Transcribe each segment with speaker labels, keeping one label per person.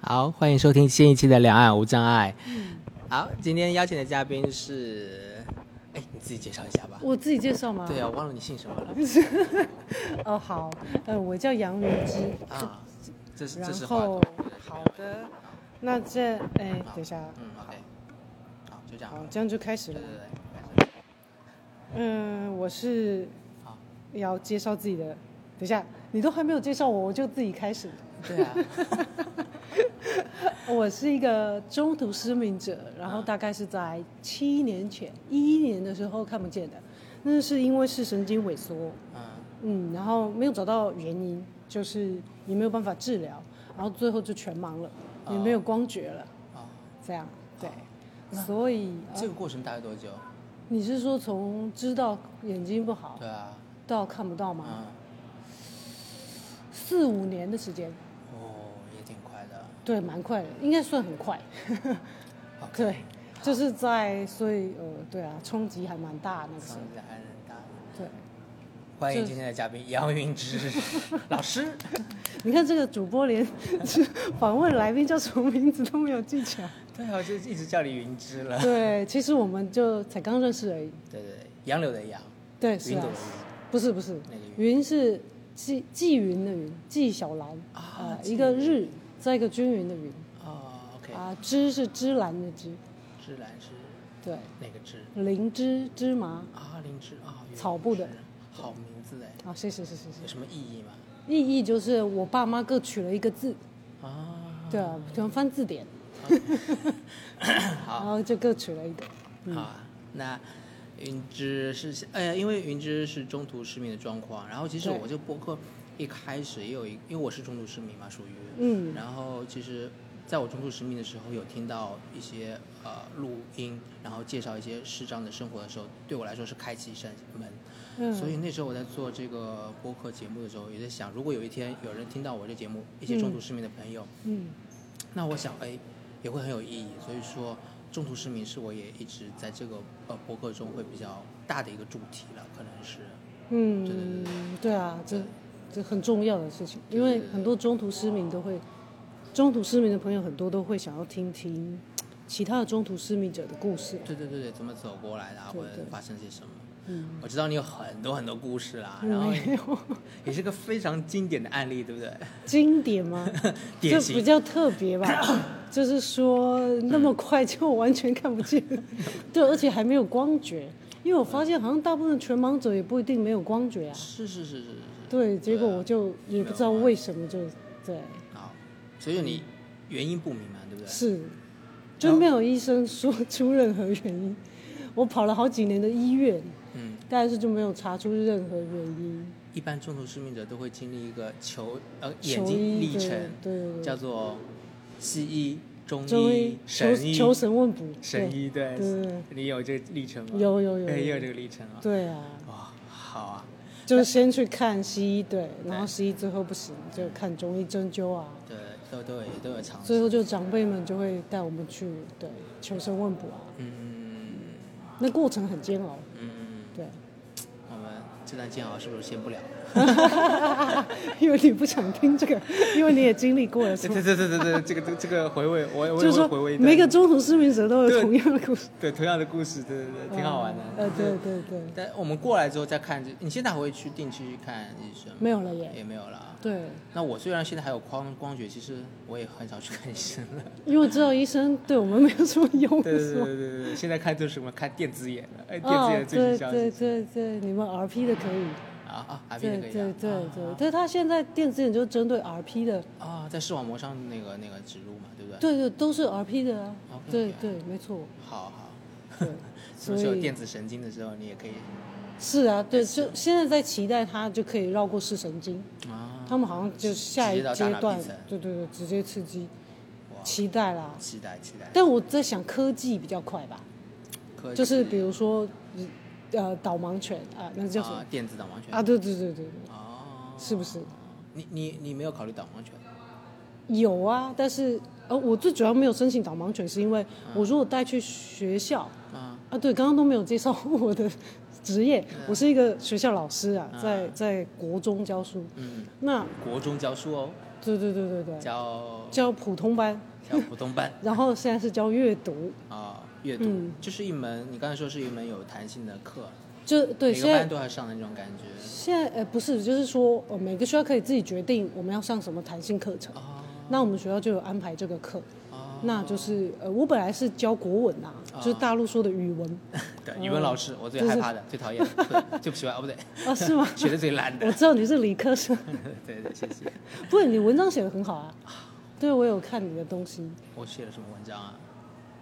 Speaker 1: 好，欢迎收听新一期的《两岸无障碍》。
Speaker 2: 嗯
Speaker 1: 好，今天邀请的嘉宾是，哎，你自己介绍一下吧。
Speaker 2: 我自己介绍吗？
Speaker 1: 对啊，我忘了你姓什么了
Speaker 2: 嗯哦，好，呃，我叫杨云芝，
Speaker 1: 啊？这是这是
Speaker 2: 然
Speaker 1: 话
Speaker 2: 后
Speaker 1: 筒。
Speaker 2: 好的，那这哎，等一下，
Speaker 1: 嗯，OK，好，就这样。
Speaker 2: 好，这样就开始
Speaker 1: 对
Speaker 2: 了
Speaker 1: 对。对，
Speaker 2: 嗯，我是
Speaker 1: 好
Speaker 2: 要介绍自己的，等一下，你都还没有介绍我，我就自己开始了。
Speaker 1: 对啊，
Speaker 2: 我是一个中途失明者，然
Speaker 1: 嗯
Speaker 2: 后大概是在七年前，一一年的时候看不见的，那是因为视神经萎缩，
Speaker 1: 嗯
Speaker 2: 嗯，然后没有找到原因，就是也没有办法治疗，然后最后就全盲了，也没有光觉了，
Speaker 1: 啊，
Speaker 2: 这样对
Speaker 1: 哦，
Speaker 2: 所以、呃
Speaker 1: 这个过程大概多久？
Speaker 2: 你是说从知道眼睛不好
Speaker 1: 对啊，
Speaker 2: 到看不到吗？
Speaker 1: 嗯，
Speaker 2: 四五年的时间，
Speaker 1: 哦，也挺快的。
Speaker 2: 对，蛮快的，应该算很快，
Speaker 1: 好，
Speaker 2: 对，就是在所以呃，对啊，冲击还蛮大那个时
Speaker 1: 上
Speaker 2: 候，
Speaker 1: 海人大。
Speaker 2: 对。
Speaker 1: 欢迎今天的嘉宾杨云芝老师。
Speaker 2: 你看这个主播连 访问来宾叫什么名字都没有记起来。
Speaker 1: 对啊，我就一直叫你云芝了。
Speaker 2: 对，其实我们就才刚认识而已。
Speaker 1: 对对对，杨柳的杨，
Speaker 2: 对，是
Speaker 1: 云
Speaker 2: 啊
Speaker 1: 朵的，云
Speaker 2: 不是不是
Speaker 1: 那个，
Speaker 2: 云是纪纪云的云，纪晓岚
Speaker 1: 啊
Speaker 2: 呃一个日，再一个均匀的云
Speaker 1: 哦，OK，
Speaker 2: 啊，芝是芝兰的芝，
Speaker 1: 芝兰是
Speaker 2: 对，
Speaker 1: 哪个芝？
Speaker 2: 灵芝芝麻
Speaker 1: 啊，灵芝啊，原来
Speaker 2: 草部的
Speaker 1: 是，好名字哎，
Speaker 2: 啊，谢谢谢谢谢
Speaker 1: 有
Speaker 2: 谢。
Speaker 1: 什么意义吗？
Speaker 2: 意义就是我爸妈各取了一个字，
Speaker 1: 啊，
Speaker 2: 对啊，喜欢翻字典，然
Speaker 1: 好，
Speaker 2: 后就各取了一个。
Speaker 1: 好啊，那。云芝是，哎呀，因为云芝是中途失明的状况，然后其实
Speaker 2: 对
Speaker 1: 我这播客一开始也有一，因为我是中途失明嘛，属于，
Speaker 2: 嗯
Speaker 1: 然后其实在我中途失明的时候，有听到一些呃录音，然后介绍一些视障的生活的时候，对我来说是开启一扇门，所
Speaker 2: 嗯，
Speaker 1: 以那时候我在做这个播客节目的时候，也在想，如果有一天有人听到我这节目，一些中途失明的朋友，
Speaker 2: 嗯，
Speaker 1: 那我想，哎，也会很有意义。所以说，中途失明是我也一直在这个呃播客中会比较大的一个主题了，可能是。对对对
Speaker 2: 嗯，对啊，这这很重要的事情，因为很多中途失明都会，中途失明的朋友很多都会想要听听其他的中途失明者的故事。
Speaker 1: 对对对对，怎么走过来的、啊，
Speaker 2: 对
Speaker 1: 或
Speaker 2: 对
Speaker 1: 者发生些什么？
Speaker 2: 嗯，
Speaker 1: 我知道你有很多很多故事啦，然后
Speaker 2: 没有
Speaker 1: 也是个非常经典的案例，对不对？
Speaker 2: 经典吗？
Speaker 1: 典
Speaker 2: 就比
Speaker 1: 型。
Speaker 2: 较特别吧，就是说那么快就完全看不见，对，而且还没有光觉，因为我发现好像大部分全盲者也不一定没有光觉啊。
Speaker 1: 是是是是是
Speaker 2: 对，结果我就也不知道为什么就对，
Speaker 1: 是。好，所以你原因不明嘛，对不对？
Speaker 2: 嗯是，就没有医生说 出任何原因。我跑了好几年的医院，
Speaker 1: 嗯。
Speaker 2: 但是就没有查出任何原因。
Speaker 1: 一般中途失明者都会经历一个求呃眼
Speaker 2: 求
Speaker 1: 睛
Speaker 2: 医
Speaker 1: 历
Speaker 2: 的
Speaker 1: 程，
Speaker 2: 对对
Speaker 1: 叫做西医、中
Speaker 2: 中医求
Speaker 1: 神医、
Speaker 2: 求神问卜，
Speaker 1: 神医，对，
Speaker 2: 对对
Speaker 1: 你有这个历程吗？
Speaker 2: 对，有有有
Speaker 1: 哎，也有
Speaker 2: 有，
Speaker 1: 这个历程啊。
Speaker 2: 对啊，
Speaker 1: 哇，好啊，
Speaker 2: 就先去看西医，对，然后西医最后不行，就看中医针灸啊。
Speaker 1: 对，都都有都有尝
Speaker 2: 最
Speaker 1: 试。
Speaker 2: 后就长辈们就会带我们去对求神问卜啊，
Speaker 1: 嗯
Speaker 2: 那过程很煎熬，
Speaker 1: 嗯，
Speaker 2: 对，
Speaker 1: 我们这段煎熬是不是先不聊？
Speaker 2: 因为你不想听这个，因为你也经历过了，是
Speaker 1: 对
Speaker 2: 吧
Speaker 1: 对对对对，对这个这这个回味，我我
Speaker 2: 就
Speaker 1: 也会
Speaker 2: 是说
Speaker 1: 回味一段
Speaker 2: 每个中途失明者都有
Speaker 1: 对
Speaker 2: 同样的故事，
Speaker 1: 对同样的故事，对对对，挺好玩的。
Speaker 2: 呃，对对对，
Speaker 1: 但我们过来之后再看这，你现在还会去定期看医生吗？
Speaker 2: 没有了耶。
Speaker 1: 也没有了啊。
Speaker 2: 对，
Speaker 1: 那我虽然现在还有光光觉，其实我也很少去看医生了。
Speaker 2: 因为知道医生对我们没有什么 用，
Speaker 1: 对对
Speaker 2: 是
Speaker 1: 对
Speaker 2: 吗？
Speaker 1: 对对对，现在看就是什么看电子眼了，哎，电子
Speaker 2: 哦
Speaker 1: 眼，最新
Speaker 2: 对
Speaker 1: 消息
Speaker 2: 对对对，你们 RP 的可以，
Speaker 1: 啊啊，还变
Speaker 2: 对
Speaker 1: 得可以
Speaker 2: 对
Speaker 1: 啊
Speaker 2: 对对，但他现在电子眼就是针对 RP 的，
Speaker 1: 啊，在视网膜上那个那个植入嘛，对不对？
Speaker 2: 对对，都是 RP 的啊
Speaker 1: OK，OK，
Speaker 2: 对
Speaker 1: 啊
Speaker 2: 对，没错，
Speaker 1: 好好，
Speaker 2: 对，
Speaker 1: 什
Speaker 2: 所
Speaker 1: 么时候
Speaker 2: 以
Speaker 1: 电子神经的时候，你也可以
Speaker 2: 是啊，对，就现在在期待它就可以绕过视神经，
Speaker 1: 啊，
Speaker 2: 他们好像就下
Speaker 1: 直
Speaker 2: 一
Speaker 1: 接到大
Speaker 2: 阶
Speaker 1: 脑
Speaker 2: 段
Speaker 1: 皮层，
Speaker 2: 对对对，直接刺激，
Speaker 1: 哇，
Speaker 2: 期待啦。
Speaker 1: 期待期待，
Speaker 2: 但我在想科技比较快吧，
Speaker 1: 科技
Speaker 2: 就是比如说，呃，导盲犬啊，那叫什么
Speaker 1: 啊电子导盲犬
Speaker 2: 啊？对对对对对，
Speaker 1: 哦，
Speaker 2: 是不是？
Speaker 1: 你你你没有考虑导盲犬
Speaker 2: 有啊，但是呃，我最主要没有申请导盲犬，是因为我如果带去学校
Speaker 1: 啊？
Speaker 2: 啊，对，刚刚都没有介绍 我的职业，我是一啊
Speaker 1: 啊
Speaker 2: 个学校老师啊，在在国中教书。
Speaker 1: 嗯，
Speaker 2: 那
Speaker 1: 国中教书哦，
Speaker 2: 对对对对对，
Speaker 1: 教
Speaker 2: 教普通班，
Speaker 1: 教普通 班
Speaker 2: 然后现在是教阅读，
Speaker 1: 啊、阅读、
Speaker 2: 嗯
Speaker 1: 就是一门，你刚才说是一门有弹性的课，
Speaker 2: 就对
Speaker 1: 每个
Speaker 2: 现在
Speaker 1: 班都要上的那种感觉。
Speaker 2: 现在呃不是，就是说呃每个学校可以自己决定我们要上什么弹性课程。
Speaker 1: 哦
Speaker 2: 那我们学校就有安排这个课，
Speaker 1: 哦，
Speaker 2: 那就是呃我本来是教国文啊，就是大陆说的语文
Speaker 1: 对，语文老师
Speaker 2: 嗯
Speaker 1: 我最害怕的、最讨厌的、对最不喜欢哦，不对，
Speaker 2: 啊，是吗？
Speaker 1: 学的最烂的。
Speaker 2: 我知道你是理科生，
Speaker 1: 对对，谢谢。
Speaker 2: 不是你文章写的很好啊，对我有看你的东西，
Speaker 1: 我写了什么文章啊？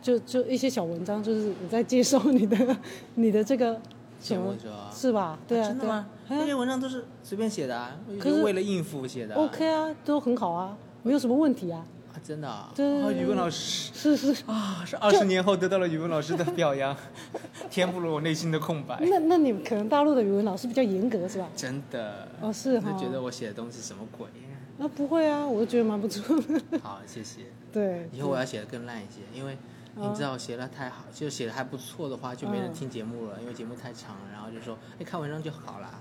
Speaker 2: 就就一些小文章，就是你在介绍你的 你的这个
Speaker 1: 写
Speaker 2: 什么
Speaker 1: 文章啊？
Speaker 2: 是吧？对啊，
Speaker 1: 真的
Speaker 2: 对
Speaker 1: 吗
Speaker 2: 啊？
Speaker 1: 那些文章都是随便写的啊，
Speaker 2: 可是
Speaker 1: 为了应付写的啊。
Speaker 2: ？OK 啊，都很好啊，没有什么问题啊，
Speaker 1: 啊，真的啊！
Speaker 2: 对
Speaker 1: 啊，语文老师
Speaker 2: 是是。
Speaker 1: 啊，是二十年后得到了语文老师的表扬， 填补了我内心的空白。
Speaker 2: 那那你们可能大陆的语文老师比较严格是吧？
Speaker 1: 真的，
Speaker 2: 哦是哈
Speaker 1: 就觉得我写的东西什么鬼？
Speaker 2: 啊不会啊，我就觉得蛮不错的。
Speaker 1: 好，谢谢。
Speaker 2: 对，
Speaker 1: 以后我要写的更烂一些，因为你知道写的太好，就写的还不错的话，就没人听节目了，因为节目太长，然后就说，哎，看文章就好啦。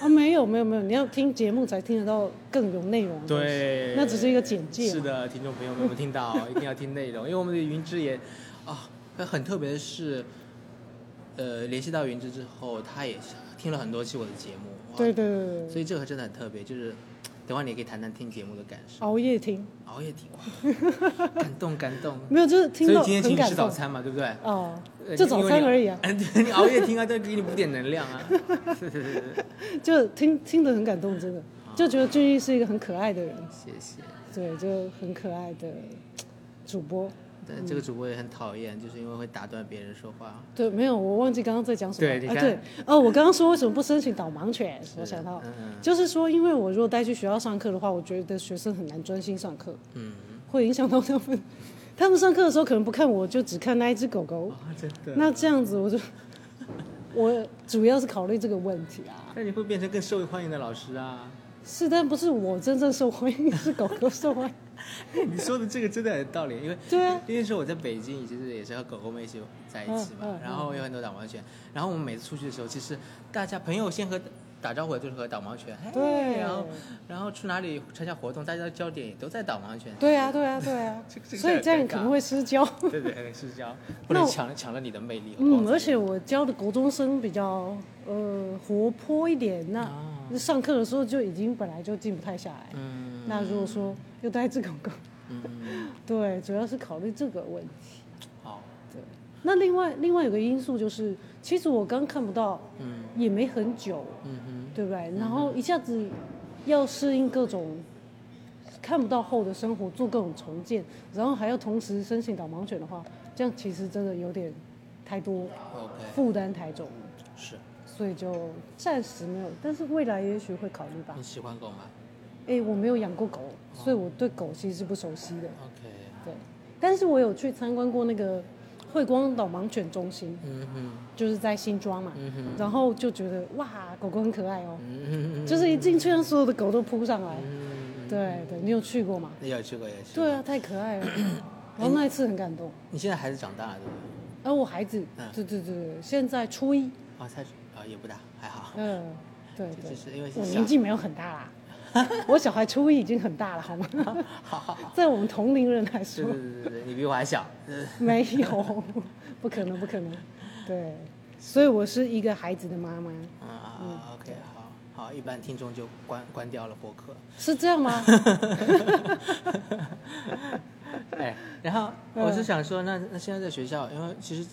Speaker 2: 啊没有没有没有，你要听节目才听得到更有内容的东西。
Speaker 1: 对，
Speaker 2: 那只是一个简介嘛
Speaker 1: 是的，听众朋友们有没有听到？哦一定要听内容，因为我们的云芝也啊，那很特别的是，呃，联系到云芝之后，他也听了很多期我的节目，哇
Speaker 2: 对对对对对，
Speaker 1: 所以这个真的很特别，就是等会儿你也可以谈谈听节目的感受，
Speaker 2: 熬夜听
Speaker 1: 熬夜听， 哇，感动感动。
Speaker 2: 没有就是
Speaker 1: 所
Speaker 2: 听
Speaker 1: 以
Speaker 2: 到
Speaker 1: 今天请
Speaker 2: 很
Speaker 1: 你
Speaker 2: 感
Speaker 1: 吃早
Speaker 2: 动。
Speaker 1: 餐嘛，对不对？
Speaker 2: 哦
Speaker 1: 呃，
Speaker 2: 就早餐 而已啊，
Speaker 1: 因为你对你熬夜听啊，这给你补点能量 啊。对对对对，
Speaker 2: 就听听得很感动，真的
Speaker 1: 啊
Speaker 2: 就觉得俊逸是一个很可爱的人，
Speaker 1: 谢谢。
Speaker 2: 对，就很可爱的主播。
Speaker 1: 但
Speaker 2: 嗯
Speaker 1: 这个主播也很讨厌，就是因为会打断别人说话。
Speaker 2: 对，没有，我忘记刚刚在讲什么。
Speaker 1: 对你
Speaker 2: 啊，
Speaker 1: 看
Speaker 2: 对，哦，我刚刚说为什么不申请导盲犬，我想到，
Speaker 1: 嗯嗯
Speaker 2: 就是说，因为我如果带去学校上课的话，我觉得学生很难专心上课，
Speaker 1: 嗯，
Speaker 2: 会影响到他们。他们上课的时候可能不看我，就只看那一只狗狗。
Speaker 1: 哇，真的。
Speaker 2: 那这样子，我就 我主要是考虑这个问题啊。
Speaker 1: 那你会变成更受欢迎的老师 啊！
Speaker 2: 是，但不是我真正受欢迎，是狗狗受欢迎。
Speaker 1: 你说的这个真的很有道理，因为
Speaker 2: 对啊，
Speaker 1: 那时候我在北京，其实也是和狗狗们一起在一起嘛，
Speaker 2: 嗯嗯
Speaker 1: 然后有很多导盲犬，然后我们每次出去的时候，其实大家朋友先和打招呼就是和导盲犬，嘿
Speaker 2: 对
Speaker 1: 然后然后去哪里参加活动，大家的焦点也都在导盲犬，
Speaker 2: 对啊，对啊，对啊
Speaker 1: 这个。这个
Speaker 2: 所以
Speaker 1: 太
Speaker 2: 这样
Speaker 1: 尴
Speaker 2: 可
Speaker 1: 尬
Speaker 2: 能会失焦。
Speaker 1: 对 对对，是这样，不
Speaker 2: 那
Speaker 1: 能
Speaker 2: 我
Speaker 1: 抢了抢了你的魅力和光
Speaker 2: 嗯，
Speaker 1: 彩。
Speaker 2: 而且我教的国中生比较呃活泼一点，那
Speaker 1: 啊
Speaker 2: 那上课的时候就已经本来就静不太下来。
Speaker 1: 嗯
Speaker 2: 那如果说又带一只狗狗，
Speaker 1: 嗯，
Speaker 2: 对，主要是考虑这个问题。
Speaker 1: 好，
Speaker 2: 那另外另外有个因素就是，其实我刚看不到，
Speaker 1: 嗯
Speaker 2: 也没很久，
Speaker 1: 嗯哼，
Speaker 2: 对不对？然后一下子要适应各种看不到后的生活，做各种重建，然后还要同时申请导盲犬的话，这样其实真的有点太多
Speaker 1: OK，
Speaker 2: 负担太重了。
Speaker 1: 是
Speaker 2: 所以就暂时没有，但是未来也许会考虑吧
Speaker 1: 你。喜欢狗吗
Speaker 2: 哎，我没有养过狗，所以我对狗其实是不熟悉的。
Speaker 1: ？OK，
Speaker 2: 对，但是我有去参观过那个慧光导盲犬中心，
Speaker 1: 嗯哼，
Speaker 2: 就是在新庄嘛，
Speaker 1: 嗯哼，
Speaker 2: 然后就觉得哇，狗狗很可爱哦，
Speaker 1: 嗯哼，嗯
Speaker 2: 就是一进去，让所有的狗都扑上来。
Speaker 1: 嗯。
Speaker 2: 对对，你有去过吗？
Speaker 1: 你有去过也是。
Speaker 2: 对啊，太 可爱了。然后那一次很感动。
Speaker 1: 你现在孩子长大了对不对？
Speaker 2: 然后我孩子
Speaker 1: 嗯，
Speaker 2: 对对对，对现在初一，
Speaker 1: 啊，才啊也不大，还好。
Speaker 2: 嗯，对
Speaker 1: 就
Speaker 2: 对
Speaker 1: 就，是因为
Speaker 2: 我
Speaker 1: 小
Speaker 2: 年纪没有很大啦， 我小孩初一已经很大了，好吗？
Speaker 1: 好好好。
Speaker 2: 在我们同龄人来
Speaker 1: 对
Speaker 2: 说
Speaker 1: 对，对对对，你比我还小。呃
Speaker 2: 没有，不可能，不可 能。对，所以我是一个孩子的妈妈，
Speaker 1: 嗯啊，OK，好好，一般听众就关关掉了播客。
Speaker 2: 是这 样吗？
Speaker 1: 哎，然后我是想说，那那现在在学校，因为其实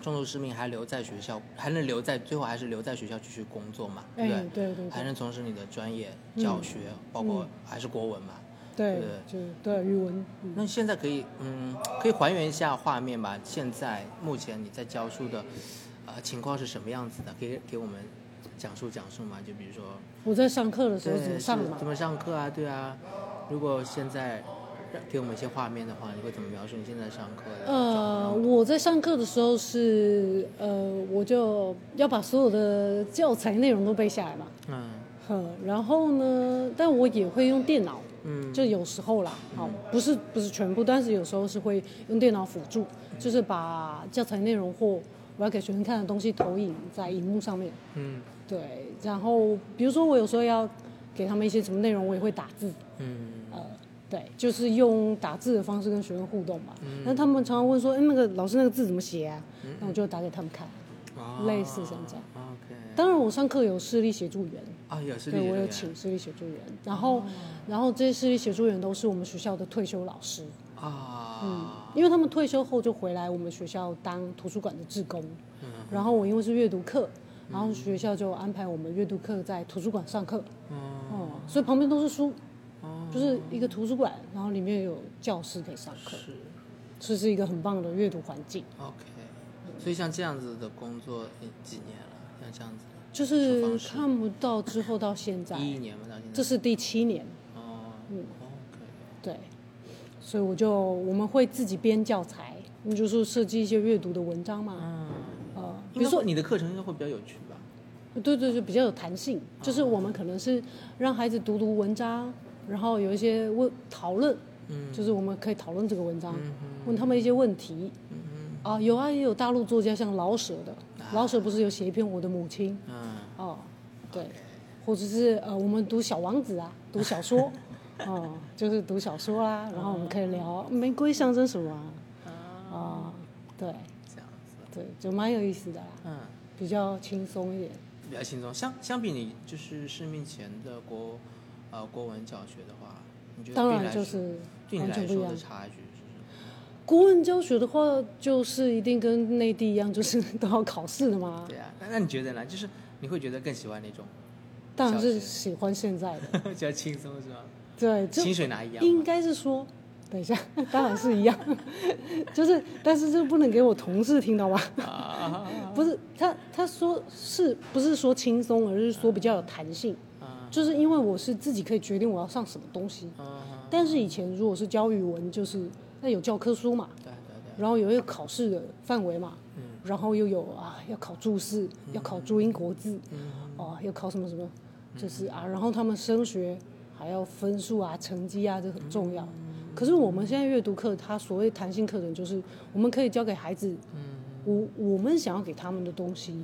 Speaker 1: 中途失明还留在学校，还能留在最后还是留在学校继续工作嘛，对
Speaker 2: 哎
Speaker 1: 不对？，
Speaker 2: 对对嗯
Speaker 1: 还
Speaker 2: 对
Speaker 1: 能从事你的专业教学，包括还是国文嘛。
Speaker 2: 对
Speaker 1: 对，
Speaker 2: 就对语文，嗯
Speaker 1: 那现在可以，嗯，可以还原一下画面吧。现在目前你在教书的，呃，情况是什么样子的？可以给我们讲述讲述吗？就比如说，
Speaker 2: 我在上课的时候
Speaker 1: 对
Speaker 2: 怎么上
Speaker 1: 是
Speaker 2: 嘛
Speaker 1: 怎？么上课啊？对啊。如果现在让给我们一些画面的话，你会怎么描述你现在上课的
Speaker 2: 呃，
Speaker 1: 状况？
Speaker 2: 我在上课的时候是呃，我就要把所有的教材内容都背下来嘛，
Speaker 1: 嗯
Speaker 2: 哼，然后呢，但我也会用电脑，
Speaker 1: 嗯
Speaker 2: 就有时候啦，好，不是不是全部，但是有时候是会用电脑辅助，
Speaker 1: 嗯
Speaker 2: 就是把教材内容或我要给学生看的东西投影在荧幕上面。
Speaker 1: 嗯
Speaker 2: 对，然后比如说我有时候要给他们一些什么内容，我也会打字，
Speaker 1: 嗯
Speaker 2: 呃，对，就是用打字的方式跟学生互动嘛。
Speaker 1: 嗯
Speaker 2: 那、他们常常问说，哎，那个老师那个字怎么写啊？那我就打给他们看。
Speaker 1: 啊
Speaker 2: 类似像这样
Speaker 1: OK，
Speaker 2: 当然，我上课有视力协助员，
Speaker 1: 啊，也是
Speaker 2: 对
Speaker 1: 理解
Speaker 2: 我有
Speaker 1: 的
Speaker 2: 请视力协助员，然
Speaker 1: 哦
Speaker 2: 后，然后这些视力协助员都是我们学校的退休老师，
Speaker 1: 啊，
Speaker 2: 因为他们退休后就回来我们学校当图书馆的志工，
Speaker 1: 嗯
Speaker 2: 然后我因为是阅读课，然后学校就安排我们阅读课在图书馆上课，
Speaker 1: 嗯
Speaker 2: 哦、所以旁边都是书，
Speaker 1: 哦
Speaker 2: 就是一个图书馆，然后里面有教室可以上课，
Speaker 1: 是
Speaker 2: 这是一个很棒的阅读环境。
Speaker 1: OK，所以像这样子的工作诶几年了？像这样子的，
Speaker 2: 就是
Speaker 1: 方式嗯
Speaker 2: 看不到之后到现在，嗯
Speaker 1: 一一年嘛到现在
Speaker 2: 这是第七年，
Speaker 1: 哦，OK，
Speaker 2: 对，所以我就我们会自己编教材，你就说设计一些阅读的文章嘛，
Speaker 1: 嗯，
Speaker 2: 呃，哦比
Speaker 1: 应该
Speaker 2: 如说
Speaker 1: 会你的课程应该会比较有趣吧？
Speaker 2: 对对对，比较有弹性，就是我们可能是让孩子读读文章，然后有一些问讨论，
Speaker 1: 嗯
Speaker 2: 就是我们可以讨论这个文章，
Speaker 1: 嗯
Speaker 2: 问他们一些问题。
Speaker 1: 嗯啊
Speaker 2: 啊，有啊，也有大陆作家像老舍的，老舍不是有写一篇《我的母亲》
Speaker 1: 嗯嗯
Speaker 2: 哦，对，或者是呃，我们读《小王子》啊，读小说， 哦，就是读小说啊，然后我们可以聊玫瑰象征什么啊，
Speaker 1: 哦
Speaker 2: 啊、对
Speaker 1: 这样子，
Speaker 2: 对，就蛮有意思的啦，
Speaker 1: 嗯，
Speaker 2: 比较轻松一点。
Speaker 1: 比较轻松。相相比你就是生命前的国呃国文教学的话，你觉得
Speaker 2: 当
Speaker 1: 对你
Speaker 2: 然
Speaker 1: 来
Speaker 2: 就
Speaker 1: 说
Speaker 2: 是
Speaker 1: 对你
Speaker 2: 完
Speaker 1: 来
Speaker 2: 全不一
Speaker 1: 说
Speaker 2: 样
Speaker 1: 的。差距是什么？
Speaker 2: 国文教学的话，就是一定跟内地一样，就是 都要考试的嘛。
Speaker 1: 对啊，那那你觉得呢？就是你会觉得更喜欢哪种
Speaker 2: 当然
Speaker 1: 小
Speaker 2: 是
Speaker 1: 学
Speaker 2: 喜欢现在的，
Speaker 1: 比较轻松是吧？
Speaker 2: 对，就
Speaker 1: 薪水拿一样
Speaker 2: 应
Speaker 1: 吗？
Speaker 2: 该是说， 等一下，当然是一样， 就是，但是这不能给我同事听到吧？
Speaker 1: 啊
Speaker 2: 不是，他他说是不是说轻松，而是说比较有弹性，
Speaker 1: 啊
Speaker 2: 就是因为我是自己可以决定我要上什么东西。
Speaker 1: 啊！
Speaker 2: 但是以前如果是教语文，就是那有教科书嘛，
Speaker 1: 对对对，
Speaker 2: 然后有一个考试的范围嘛，
Speaker 1: 嗯
Speaker 2: 然后又有啊要考注释，要考注音国字，
Speaker 1: 嗯
Speaker 2: 哦、要考什么什么，就是啊，然后他们升学还要分数啊、成绩啊，这很重要。
Speaker 1: 嗯
Speaker 2: 可是我们现在阅读课，它所谓弹性课程，就是我们可以教给孩子
Speaker 1: 嗯
Speaker 2: 我我们想要给他们的东西，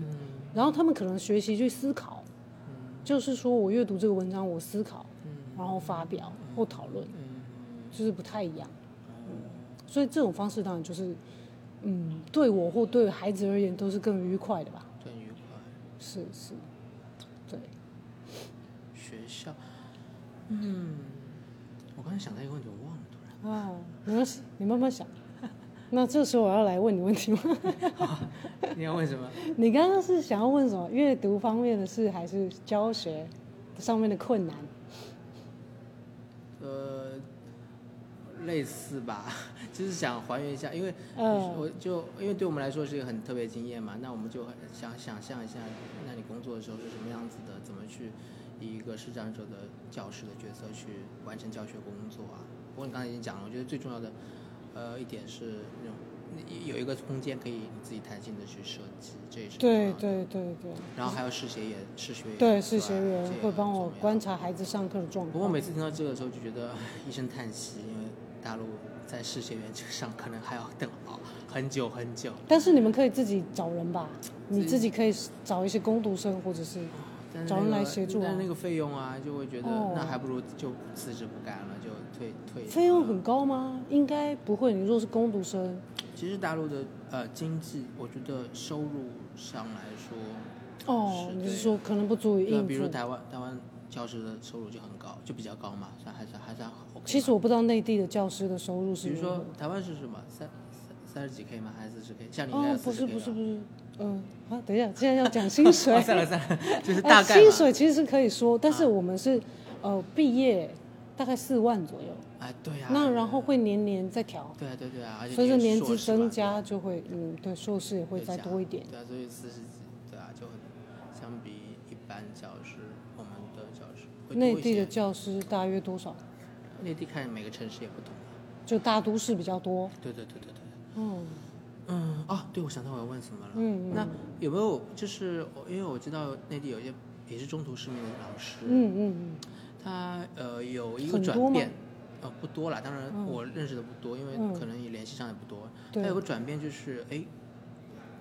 Speaker 2: 然后他们可能学习去思考，
Speaker 1: 嗯
Speaker 2: 就是说我阅读这个文章，我思考，然后发表
Speaker 1: 嗯
Speaker 2: 或讨论，就是不太一样。所以这种方式当然就是，嗯，对我或对孩子而言都是更愉快的吧。
Speaker 1: 嗯，真愉快。
Speaker 2: 是是，对，
Speaker 1: 学校，嗯，我刚才想到一个问题，我忘了，突然。
Speaker 2: 啊，没关系，你慢慢想。 那这时候我要来问你问题吗？
Speaker 1: 你要问什么？
Speaker 2: 你刚刚是想要问什么？阅读方面的事，还是教学上面的困难？
Speaker 1: 呃，类似吧，就是想还原一下，因为
Speaker 2: 嗯
Speaker 1: 我就因为对我们来说是一个很特别的经验嘛，那我们就很想想象一下，那你工作的时候是什么样子的，怎么去以一个视障者的教师的角色去完成教学工作啊？不过你刚才已经讲了，我觉得最重要的呃一点是那种你有一个空间可以你自己弹性的去设计，这也是很
Speaker 2: 对
Speaker 1: 重要的。
Speaker 2: 对对对，
Speaker 1: 然后还有试学也试学也
Speaker 2: 对
Speaker 1: 很
Speaker 2: 是
Speaker 1: 重
Speaker 2: 学
Speaker 1: 要
Speaker 2: 员
Speaker 1: 这也
Speaker 2: 会
Speaker 1: 很
Speaker 2: 帮我
Speaker 1: 重要
Speaker 2: 观察孩子上课的状
Speaker 1: 不过
Speaker 2: 况。
Speaker 1: 每次听到这个的时候，就觉得唉一声叹息，因为大陆在试学员这个上可能还要等好很久很久。
Speaker 2: 但是你们可以自己找人吧，你自己可以找一些工读生，或者是
Speaker 1: 但是
Speaker 2: 找人
Speaker 1: 那个
Speaker 2: 来协助啊
Speaker 1: 但是那个费用啊，就会觉得、
Speaker 2: 哦
Speaker 1: 那还不如就辞职不干了，就退退。
Speaker 2: 费用很高吗？应该不会。你如果是工读生，
Speaker 1: 其实大陆的呃经济，我觉得收入上来说，
Speaker 2: 哦，
Speaker 1: 是
Speaker 2: 你
Speaker 1: 对
Speaker 2: 是说可能不足以
Speaker 1: 对，啊
Speaker 2: 应
Speaker 1: 比如
Speaker 2: 付？
Speaker 1: 台湾台湾教师的收入就很高，就比较高嘛，算还算还算 OK。
Speaker 2: 其实嗯我不知道内地的教师的收入是
Speaker 1: 比如
Speaker 2: 如何
Speaker 1: 说。台湾是什么三三三十几 K 吗？还是四十 K？像你应该
Speaker 2: 哦
Speaker 1: 有，
Speaker 2: 不
Speaker 1: 四十
Speaker 2: 是
Speaker 1: K
Speaker 2: 不
Speaker 1: 吧
Speaker 2: 是不是，嗯啊，等 一下，现在要讲薪水
Speaker 1: 哦，。算了算了， 就是
Speaker 2: 哎
Speaker 1: 大概嘛。
Speaker 2: 薪水其实是可以说，但是我们是呃毕业大概四万左右，
Speaker 1: 啊，对呀、
Speaker 2: 那然后会年年再调。
Speaker 1: 对啊，对对啊，而且
Speaker 2: 随着
Speaker 1: 你
Speaker 2: 年
Speaker 1: 硕
Speaker 2: 资
Speaker 1: 士嘛
Speaker 2: 增，加，就会嗯，对，硕士也会
Speaker 1: 对
Speaker 2: 再多一点。
Speaker 1: 对啊，所以四十几，对啊，就很相比一般教师，我们的教师会多
Speaker 2: 内
Speaker 1: 一
Speaker 2: 地的
Speaker 1: 些
Speaker 2: 教师大约多少？
Speaker 1: 内地看每个城市也不同啊。
Speaker 2: 就大都市比较多。
Speaker 1: 对对对对对，
Speaker 2: 嗯，
Speaker 1: 嗯，哦，对，我想到我要问什么了。
Speaker 2: 嗯
Speaker 1: 那有没有就是我因为我知道内地有一些也是中途失明的老师，
Speaker 2: 嗯嗯
Speaker 1: 他呃有一个
Speaker 2: 很多
Speaker 1: 转
Speaker 2: 吗
Speaker 1: 变，呃不多啦，当然我认识的不多，因为
Speaker 2: 嗯
Speaker 1: 可能也联系上也不多。
Speaker 2: 对
Speaker 1: 他有个转变就是，哎，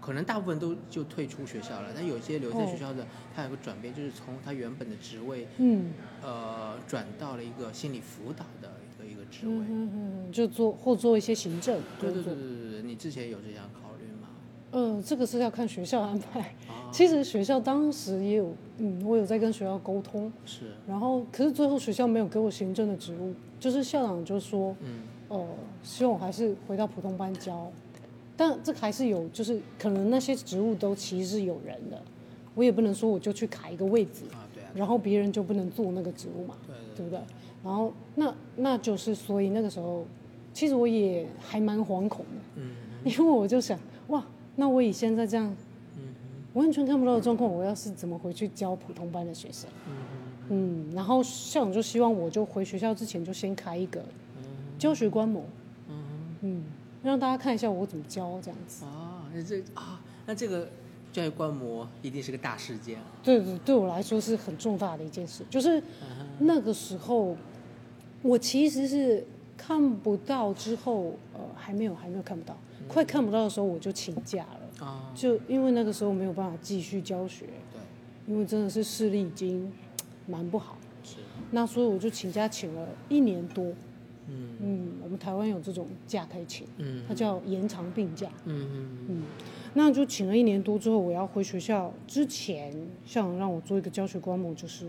Speaker 1: 可能大部分都就退出学校了，但有些留
Speaker 2: 哦
Speaker 1: 在学校的，他有个转变，就是从他原本的职位，
Speaker 2: 嗯
Speaker 1: 呃，转到了一个心理辅导的一个一个职位。
Speaker 2: 嗯嗯嗯，就做或做一些行政
Speaker 1: 对
Speaker 2: 工
Speaker 1: 对
Speaker 2: 作
Speaker 1: 对。对对对，你之前有这样考虑吗？
Speaker 2: 嗯、这个是要看学校安排。
Speaker 1: 啊，
Speaker 2: 其实学校当时也有，嗯，我有在跟学校沟通，
Speaker 1: 是，
Speaker 2: 然后可是最后学校没有给我行政的职务，就是校长就说，
Speaker 1: 嗯
Speaker 2: 呃，希望我还是回到普通班教，但这个还是有，就是可能那些职务都其实是有人的，我也不能说我就去卡一个位置，
Speaker 1: 啊，对啊，
Speaker 2: 然后别人就不能做那个职务嘛，
Speaker 1: 对对
Speaker 2: 对不对？然后那那就是所以那个时候，其实我也还蛮惶恐的，
Speaker 1: 嗯
Speaker 2: 因为我就想，哇，那我以现在这样
Speaker 1: 嗯
Speaker 2: 完全看不到的状况，我要是怎么回去教普通班的学生？
Speaker 1: 嗯
Speaker 2: 嗯，然后校长就希望我就回学校之前就先开一个教学观摩，
Speaker 1: 嗯
Speaker 2: 嗯，让大家看一下我怎么教这样子。
Speaker 1: 嗯，啊，那这啊，那这个教育观摩一定是个大事件。啊
Speaker 2: 对对，对我来说是很重大的一件事，就是那个时候，我其实是看不到之后，呃，还没有还没有看不到，快看不到的时候我就请假了，
Speaker 1: 啊，
Speaker 2: 就因为那个时候没有办法继续教学，
Speaker 1: 对，
Speaker 2: 因为真的是视力已经蛮不好，
Speaker 1: 是，
Speaker 2: 那所以我就请假请了一年多。
Speaker 1: 嗯
Speaker 2: 嗯，我们台湾有这种假可以请，
Speaker 1: 嗯
Speaker 2: 它叫延长病假。
Speaker 1: 嗯嗯，
Speaker 2: 那就请了一年多之后，我要回学校之前，校长让我做一个教学观摩，就是，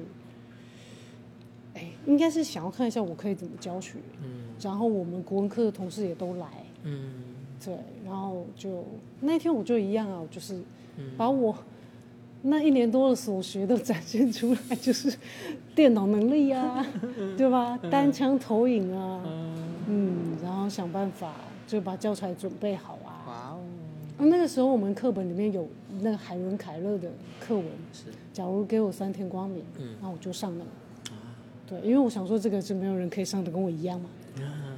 Speaker 2: 哎，应该是想要看一下我可以怎么教学。
Speaker 1: 嗯
Speaker 2: 然后我们国文课的同事也都来，
Speaker 1: 嗯
Speaker 2: 对，然后就那天我就一样啊，我就是
Speaker 1: 嗯
Speaker 2: 把我那一年多的所学都展现出来，就是电脑能力 啊，对吧？单枪投影啊，
Speaker 1: 嗯，
Speaker 2: 嗯，然后想办法就把教材准备好啊。
Speaker 1: 哇哦，
Speaker 2: 啊那个时候我们课本里面有那个海伦凯勒的课文，
Speaker 1: 是，
Speaker 2: 假如给我三天光明，
Speaker 1: 嗯啊
Speaker 2: 那我就上了。对，因为我想说这个是没有人可以上的跟我一样嘛，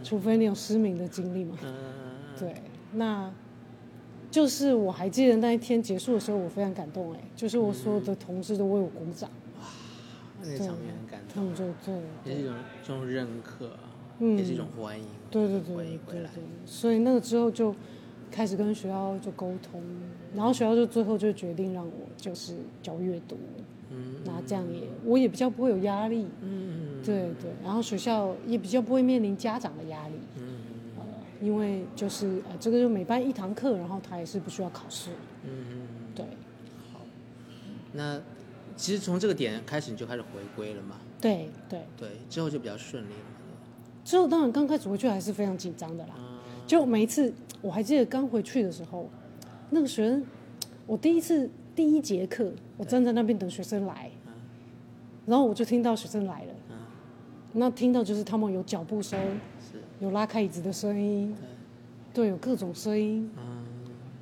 Speaker 2: 除非你有失明的经历嘛。
Speaker 1: 啊嗯，
Speaker 2: 对，那就是我还记得那一天结束的时候，我非常感动哎、就是我所有
Speaker 1: 嗯
Speaker 2: 的同事都为我鼓掌，
Speaker 1: 那场面很感
Speaker 2: 他
Speaker 1: 动，
Speaker 2: 们就对
Speaker 1: 也是一种这种认可，
Speaker 2: 嗯
Speaker 1: 也是一种欢迎，
Speaker 2: 对对对
Speaker 1: 欢迎
Speaker 2: 对
Speaker 1: 回
Speaker 2: 对
Speaker 1: 来，
Speaker 2: 对，所以那个之后就开始跟学校就沟通，然后学校就最后就决定让我就是教阅读，
Speaker 1: 嗯
Speaker 2: 那这样也我也比较不会有压力，
Speaker 1: 嗯
Speaker 2: 对对，然后学校也比较不会面临家长的压力，
Speaker 1: 嗯
Speaker 2: 呃，因为就是呃这个就每班一堂课，然后他也是不需要考试，
Speaker 1: 嗯，
Speaker 2: 对
Speaker 1: 好，那其实从这个点开始你就开始回归了嘛，
Speaker 2: 对对，
Speaker 1: 对，之后就比较顺利了嘛，
Speaker 2: 之后当然刚开始回去还是非常紧张的啦，就每一次我还记得刚回去的时候，那个学生，我第一次第一节课，我站在那边等学生来，然后我就听到学生来了，
Speaker 1: 嗯
Speaker 2: 那听到就是他们有脚步声，
Speaker 1: 是，
Speaker 2: 有拉开椅子的声音，对，有各种声音，
Speaker 1: 嗯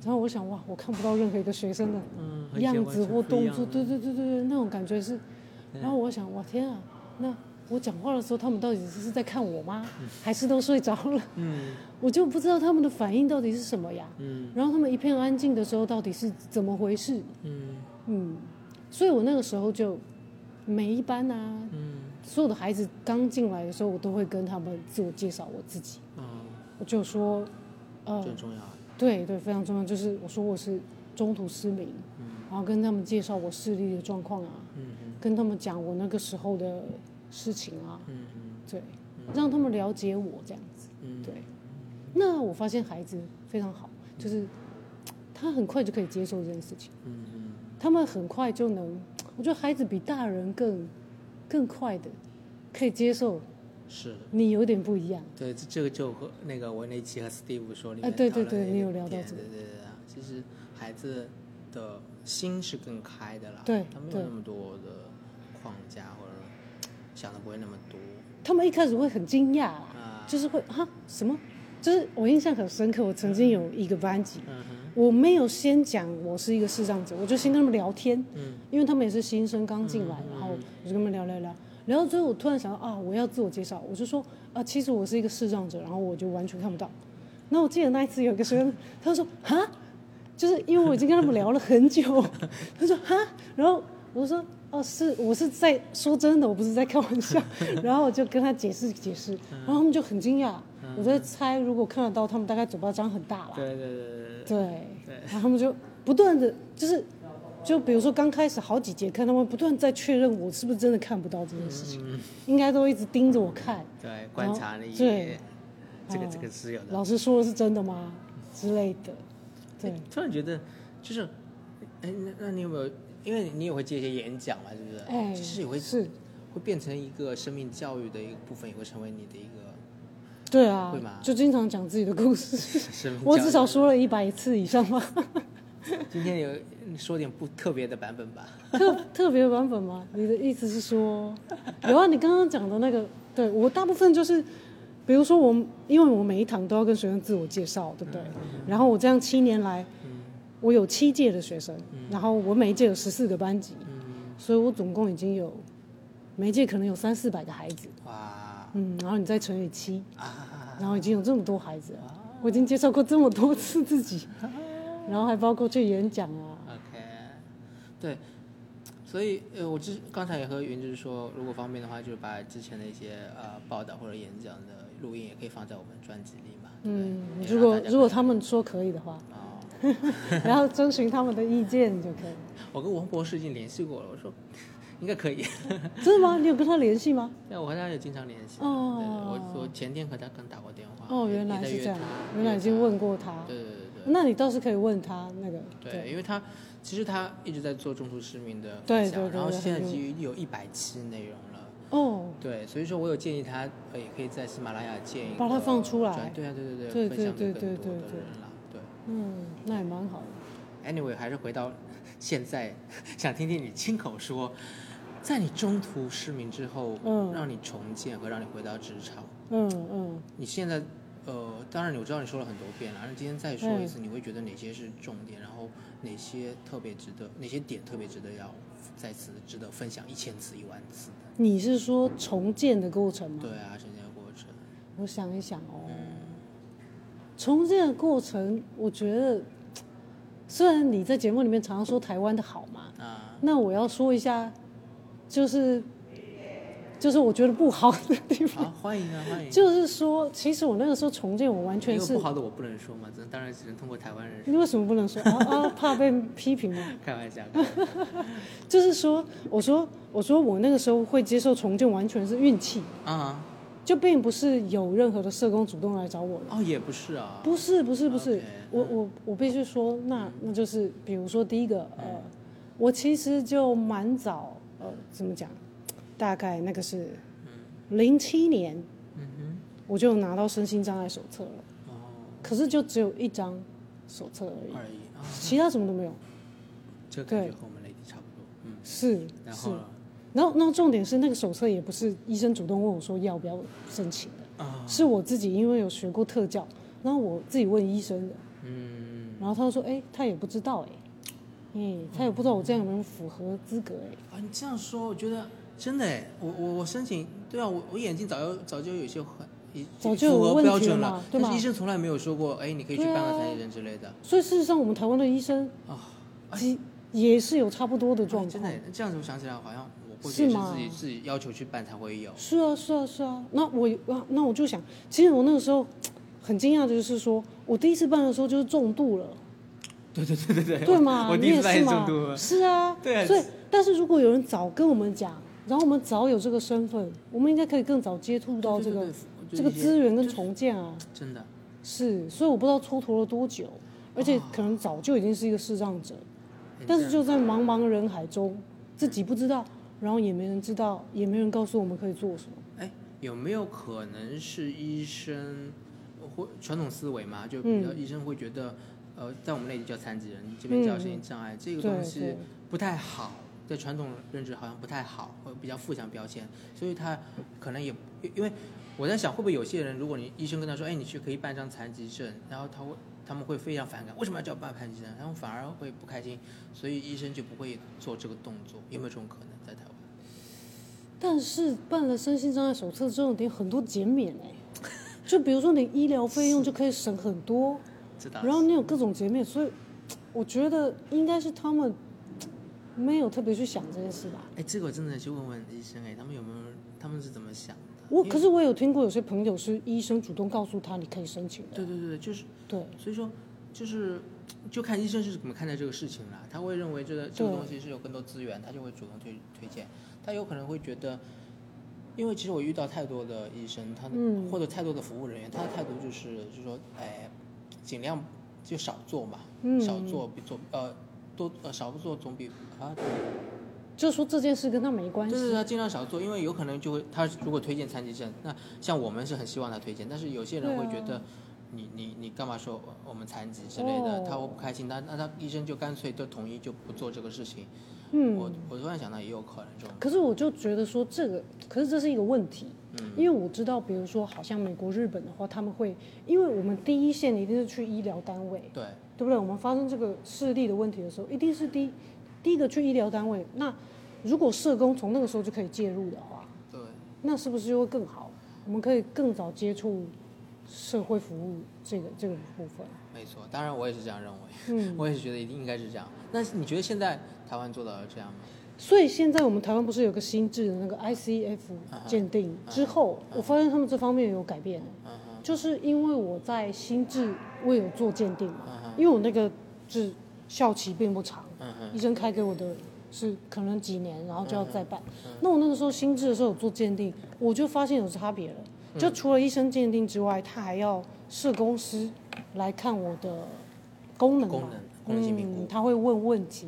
Speaker 2: 然后我想哇，我看不到任何一个学生的
Speaker 1: 嗯，和以前
Speaker 2: 样
Speaker 1: 完
Speaker 2: 子
Speaker 1: 全
Speaker 2: 或
Speaker 1: 不一
Speaker 2: 动
Speaker 1: 样
Speaker 2: 作，
Speaker 1: 了
Speaker 2: 对对对对对，那种感觉是。
Speaker 1: 嗯
Speaker 2: 然后我想，哇天啊，那我讲话的时候，他们到底是在看我吗？还是都睡着了？
Speaker 1: 嗯
Speaker 2: 我就不知道他们的反应到底是什么呀。
Speaker 1: 嗯
Speaker 2: 然后他们一片安静的时候，到底是怎么回事？
Speaker 1: 嗯
Speaker 2: 嗯，所以我那个时候就每一班啊，
Speaker 1: 嗯
Speaker 2: 所有的孩子刚进来的时候，我都会跟他们自我介绍我自己，
Speaker 1: 嗯，
Speaker 2: 我就说，
Speaker 1: 这
Speaker 2: 呃，
Speaker 1: 很重要啊，
Speaker 2: 对对，非常重要，就是我说我是中途失明，然后跟他们介绍我视力的状况啊，
Speaker 1: 嗯
Speaker 2: 跟他们讲我那个时候的事情啊，
Speaker 1: 嗯
Speaker 2: 对，让他们了解我这样子。
Speaker 1: 嗯
Speaker 2: 对，那我发现孩子非常好，就是他很快就可以接受这件事情，
Speaker 1: 嗯嗯
Speaker 2: 他们很快就能，我觉得孩子比大人更更快的可以接受
Speaker 1: 是。
Speaker 2: 你有点不一样。
Speaker 1: 对，这这个就和那个我那期和 Steve 说里
Speaker 2: 哎
Speaker 1: 面
Speaker 2: 对
Speaker 1: 讨论
Speaker 2: 对对
Speaker 1: 的
Speaker 2: 你
Speaker 1: 一
Speaker 2: 有
Speaker 1: 个
Speaker 2: 聊到
Speaker 1: 点
Speaker 2: 这
Speaker 1: 对
Speaker 2: 个
Speaker 1: 对对对啊，其实孩子的心是更开的啦，
Speaker 2: 对
Speaker 1: 他没有
Speaker 2: 对
Speaker 1: 那么多的框架或者想的不会那么多
Speaker 2: 他们一开始会很惊讶啦，
Speaker 1: 啊，
Speaker 2: 就是会啊什么？就是我印象很深刻，我曾经有一个班级，
Speaker 1: 嗯哼，
Speaker 2: 我没有先讲我是一个视障者，我就先跟他们聊天，
Speaker 1: 嗯
Speaker 2: 因为他们也是新生刚进来，
Speaker 1: 嗯嗯
Speaker 2: 然后我就跟他们聊聊聊，聊到最后我突然想到啊，我要自我介绍，我就说啊，其实我是一个视障者，然后我就完全看不到。那我记得那一次有一个学生，他就说哈，就是因为我已经跟他们聊了很久， 他说哈，然后我就说哦是，我是在说真的，我不是在开玩笑， 然后我就跟他解释解释，
Speaker 1: 嗯
Speaker 2: 然后他们就很惊讶，我在猜如果看得到，他们大概嘴巴张很大了，
Speaker 1: 对对对对对
Speaker 2: 对，然后他们就不断的就是，就比如说刚开始好几节课，他们不断在确认我是不是真的看不到这件事情，
Speaker 1: 嗯
Speaker 2: 应该都一直盯着我看，
Speaker 1: 对，观察了一
Speaker 2: 对
Speaker 1: 眼，这个
Speaker 2: 哦
Speaker 1: 这个是有的。
Speaker 2: 老师说的是真的吗之类的，对
Speaker 1: 哎，突然觉得就是，哎，那那你有没有？因为你也会接一些演讲嘛，是不是？
Speaker 2: 哎，
Speaker 1: 其实也会
Speaker 2: 是，
Speaker 1: 会变成一个生命教育的一个部分，也会成为你的一个
Speaker 2: 对啊
Speaker 1: 会吗，
Speaker 2: 就经常讲自己的故 事，
Speaker 1: 生命教育。
Speaker 2: 我至少说了一百次以上吧，
Speaker 1: 今天有你说点不特别的版本吧。
Speaker 2: 特特别版本吗？你的意思是说，有啊？你刚刚讲的那个，对我大部分就是，比如说我，因为我每一堂都要跟学生自我介绍，对不对？
Speaker 1: 嗯
Speaker 2: 然后我这样七年来，我有七届的学生，然后我每一届有十四个班级，
Speaker 1: 嗯，
Speaker 2: 所以我总共已经有每一届可能有三四百个孩子，
Speaker 1: 哇
Speaker 2: 嗯，然后你再乘以七，
Speaker 1: 啊，
Speaker 2: 然后已经有这么多孩子了，我已经介绍过这么多次自己，然后还包括去演讲啊，
Speaker 1: OK，对，所以呃，我之刚才也和云芝说，如果方便的话，就是把之前的一些呃报道或者演讲的录音也可以放在我们专辑里嘛。对不对
Speaker 2: 嗯，
Speaker 1: 也
Speaker 2: 如
Speaker 1: 让
Speaker 2: 果
Speaker 1: 大家
Speaker 2: 如果
Speaker 1: 看
Speaker 2: 他们说可以 的话，
Speaker 1: 哦，
Speaker 2: 然后征询他们的意见就可以。
Speaker 1: 我跟王博士已经联系过了，我说嗯应该可
Speaker 2: 哦
Speaker 1: 以，
Speaker 2: 真的吗？你有跟他联系吗？
Speaker 1: 但我和他也经常联系。
Speaker 2: 哦
Speaker 1: 对对我我前天和他刚打过电话。
Speaker 2: 哦，
Speaker 1: 也
Speaker 2: 原来
Speaker 1: 也在
Speaker 2: 是
Speaker 1: 约
Speaker 2: 这样
Speaker 1: 他，
Speaker 2: 原来已经。
Speaker 1: 约
Speaker 2: 问过他
Speaker 1: 他。对对对对。
Speaker 2: 那你倒是可以问他那个，
Speaker 1: 对，因为他其实他一直在做中途失明的
Speaker 2: 对
Speaker 1: 分享
Speaker 2: 对对
Speaker 1: 然后
Speaker 2: 对
Speaker 1: 现在
Speaker 2: 很
Speaker 1: 已经有一百期内容了。
Speaker 2: 哦，
Speaker 1: 对，所以说我有建议他，呃，也可以在喜马拉雅建议
Speaker 2: 把它放出来
Speaker 1: 对啊，对对
Speaker 2: 对
Speaker 1: 分享给更
Speaker 2: 对对
Speaker 1: 多
Speaker 2: 对
Speaker 1: 的
Speaker 2: 对
Speaker 1: 人了。对
Speaker 2: 嗯，那也蛮好的。
Speaker 1: ，anyway，还是回到 现在，想听听你亲口说，在你中途失明之后，
Speaker 2: 嗯
Speaker 1: 让你重建和让你回到职场，
Speaker 2: 嗯嗯，
Speaker 1: 你现在，呃，当然我知道你说了很多遍了，那今天再说一次，你会觉得哪些是重点，然后哪些特别值得，哪些点特别值得要在此值得分享一千次、一万次的？
Speaker 2: 你是说重建的过程吗？
Speaker 1: 对嗯啊，中间的过程，
Speaker 2: 我想一想哦，重建的过程，我觉得虽然你在节目里面常常说台湾的好嘛，
Speaker 1: 啊，
Speaker 2: 那我要说一下，就是就是我觉得不好的地方，
Speaker 1: 好，欢迎啊，欢迎。
Speaker 2: 就是说，其实我那个时候重建，我完全
Speaker 1: 因为
Speaker 2: 是
Speaker 1: 不好的我不能说嘛，这当然只能通过台湾人 说。
Speaker 2: 你为什么不能说啊 啊？怕被批评吗？
Speaker 1: 开玩笑，开玩笑
Speaker 2: 就是说，我说我说我那个时候会接受重建，完全是运气，
Speaker 1: 啊，
Speaker 2: 就并不是有任何的社工主动来找我的。
Speaker 1: 哦，也不是啊，
Speaker 2: 不是不是不是
Speaker 1: OK，嗯
Speaker 2: 我我我必须说，那那就是比如说第一个
Speaker 1: 嗯
Speaker 2: 呃，我其实就蛮早呃，怎么讲，大概那个是零七年，
Speaker 1: 嗯
Speaker 2: 我就拿到身心障碍手册了，
Speaker 1: 哼，哦，
Speaker 2: 可是就只有一张手册而已，
Speaker 1: 而已啊，
Speaker 2: 其他什么都没有。
Speaker 1: 这个感觉和我们雷迪差不多，嗯，
Speaker 2: 是
Speaker 1: 然
Speaker 2: 是
Speaker 1: 后，呢
Speaker 2: 然后然后重点是那个手册也不是医生主动问我说要不要申请的，
Speaker 1: 啊，
Speaker 2: 是我自己因为有学过特教，然后我自己问医生的，
Speaker 1: 嗯，
Speaker 2: 然后他说，哎，他也不知道，哎，嗯，他也不知道我这样有没有符合资格，哎，
Speaker 1: 啊，你这样说，我觉得真的哎，我我我申请，对啊，我我眼睛早就早就有一些很。已
Speaker 2: 早就有
Speaker 1: 符合
Speaker 2: 问题
Speaker 1: 标准
Speaker 2: 了
Speaker 1: 了
Speaker 2: 嘛，对吧
Speaker 1: 但是医生从来没有说过，哎，你可以去
Speaker 2: 对啊
Speaker 1: 办个残疾人之类的
Speaker 2: 所以事实上我们台湾的医生
Speaker 1: 啊。
Speaker 2: 其也是有差不多的状
Speaker 1: 哎真
Speaker 2: 况，
Speaker 1: 的哎，这样子我想起来，好像我过去也
Speaker 2: 是
Speaker 1: 是
Speaker 2: 吗
Speaker 1: 自己自己要求去办才会有。
Speaker 2: 是啊是啊是啊，那我啊那我就想，其实我那个时候很惊讶的就是说，我第一次办的时候就是重度了。
Speaker 1: 对对对对对
Speaker 2: 对 嘛？
Speaker 1: 我第
Speaker 2: 你
Speaker 1: 一次
Speaker 2: 也
Speaker 1: 办
Speaker 2: 是
Speaker 1: 也中
Speaker 2: 嘛
Speaker 1: 毒了。
Speaker 2: 是啊，
Speaker 1: 对啊
Speaker 2: 所以，但是如果有人早跟我们讲，然后我们早有这个身份，我们应该可以更早接触到这个
Speaker 1: 对对对
Speaker 2: 这个
Speaker 1: 就是一些
Speaker 2: 资源跟重建啊。
Speaker 1: 真的，
Speaker 2: 是，所以我不知道蹉跎了多久，而且
Speaker 1: 啊
Speaker 2: 可能早就已经是一个视障者，
Speaker 1: 哎
Speaker 2: 但
Speaker 1: 这
Speaker 2: 是就在茫茫人海中，自己不知道，然后也没人知道，也没人告诉我们可以做什么。
Speaker 1: 哎，有没有可能是医生或传统思维嘛？就比较
Speaker 2: 嗯
Speaker 1: 医生会觉得，呃，在我们内地叫残疾人，这边叫身心障碍，这个
Speaker 2: 嗯对
Speaker 1: 东西
Speaker 2: 对
Speaker 1: 不太好，在传统认知好像不太好，会比较负向标签，所以他可能也因为我在想，会不会有些人，如果你医生跟他说，哎，你去可以办张残疾证，然后他会。他们会非常反感，为什么要叫办残疾证？他们反而会不开心，所以医生就不会做这个动作，有没有这种可能在台湾？
Speaker 2: 但是办了身心障碍手册之后，你有很多减免哎、就比如说你医疗费用就可以省很多。
Speaker 1: 知道？
Speaker 2: 然后你有各种洁面，所以我觉得应该是他们没有特别去想这件事吧。
Speaker 1: 哎，这个我真的去问问医生，哎，他们有没有，他们是怎么想的？
Speaker 2: 我
Speaker 1: 因为
Speaker 2: 可是我有听过有些朋友是医生主动告诉他你可以申请的，
Speaker 1: 对对对，就是
Speaker 2: 对
Speaker 1: 所以说，就是就看医生是怎么看待这个事情了。他会认为这个这个东西是有更多资源，他就会主动推推荐。他有可能会觉得，因为其实我遇到太多的医生，他的、
Speaker 2: 嗯
Speaker 1: 或者太多的服务人员，他的态度就是就是说，哎，尽量就少做嘛，
Speaker 2: 嗯
Speaker 1: 少做比做呃多呃少不做总比啊
Speaker 2: 就说这件事跟他没关
Speaker 1: 就是
Speaker 2: 系。
Speaker 1: 他尽量少做，因为有可能就会他如果推荐残疾证，那像我们是很希望他推荐，但是有些人会觉
Speaker 2: 对
Speaker 1: 得
Speaker 2: 啊
Speaker 1: 你、你你干嘛说我们残疾之类的，
Speaker 2: 哦
Speaker 1: 他会不开心，他那他医生就干脆就统一就不做这个事情。我
Speaker 2: 嗯，
Speaker 1: 我突然想到也有可能这种，
Speaker 2: 可是我就觉得说这个，可是这是一个问题，
Speaker 1: 嗯
Speaker 2: 因为我知道，比如说好像美国、日本的话，他们会，因为我们第一线一定是去医疗单位，
Speaker 1: 对，
Speaker 2: 对不对？我们发生这个视力的问题的时候，一定是第一第一个去医疗单位。那如果社工从那个时候就可以介入的话，
Speaker 1: 对，
Speaker 2: 那是不是就会更好？我们可以更早接触社会服务这个这个部分。
Speaker 1: 没错，当然我也是这样认为，
Speaker 2: 嗯，
Speaker 1: 我也是觉得一定应该是这样。那你觉得现在台湾做到了这样吗？
Speaker 2: 所以现在我们台湾不是有个新制的那个 ICF
Speaker 1: 啊哈
Speaker 2: 鉴定之后，我发现他们这方面有改变，
Speaker 1: 嗯哼，
Speaker 2: 就是因为我在新制我有做鉴定嘛，
Speaker 1: 嗯哼，
Speaker 2: 因为我那个是效期并不长。
Speaker 1: 嗯哼，
Speaker 2: 医生开给我的是可能几年，然后就要再办。
Speaker 1: 嗯嗯
Speaker 2: 那我那个时候新制的时候有做鉴定，我就发现有差别了。
Speaker 1: 嗯
Speaker 2: 就除了医生鉴定之外，他还要社工师来看我的功能嘛，
Speaker 1: 功能功能性评估
Speaker 2: 嗯，他会问问题，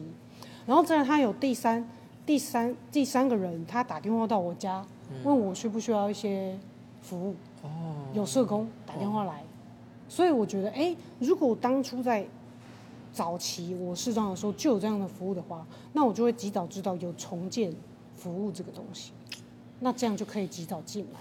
Speaker 2: 然后再来他有第三、第三、第三个人，他打电话到我家，问我需不需要一些服务。
Speaker 1: 哦，
Speaker 2: 有社工打电话来，所以我觉得，哎，如果我当初在早期我适当的时候就有这样的服务的话，那我就会及早知道有重建服务这个东西，那这样就可以及早进来。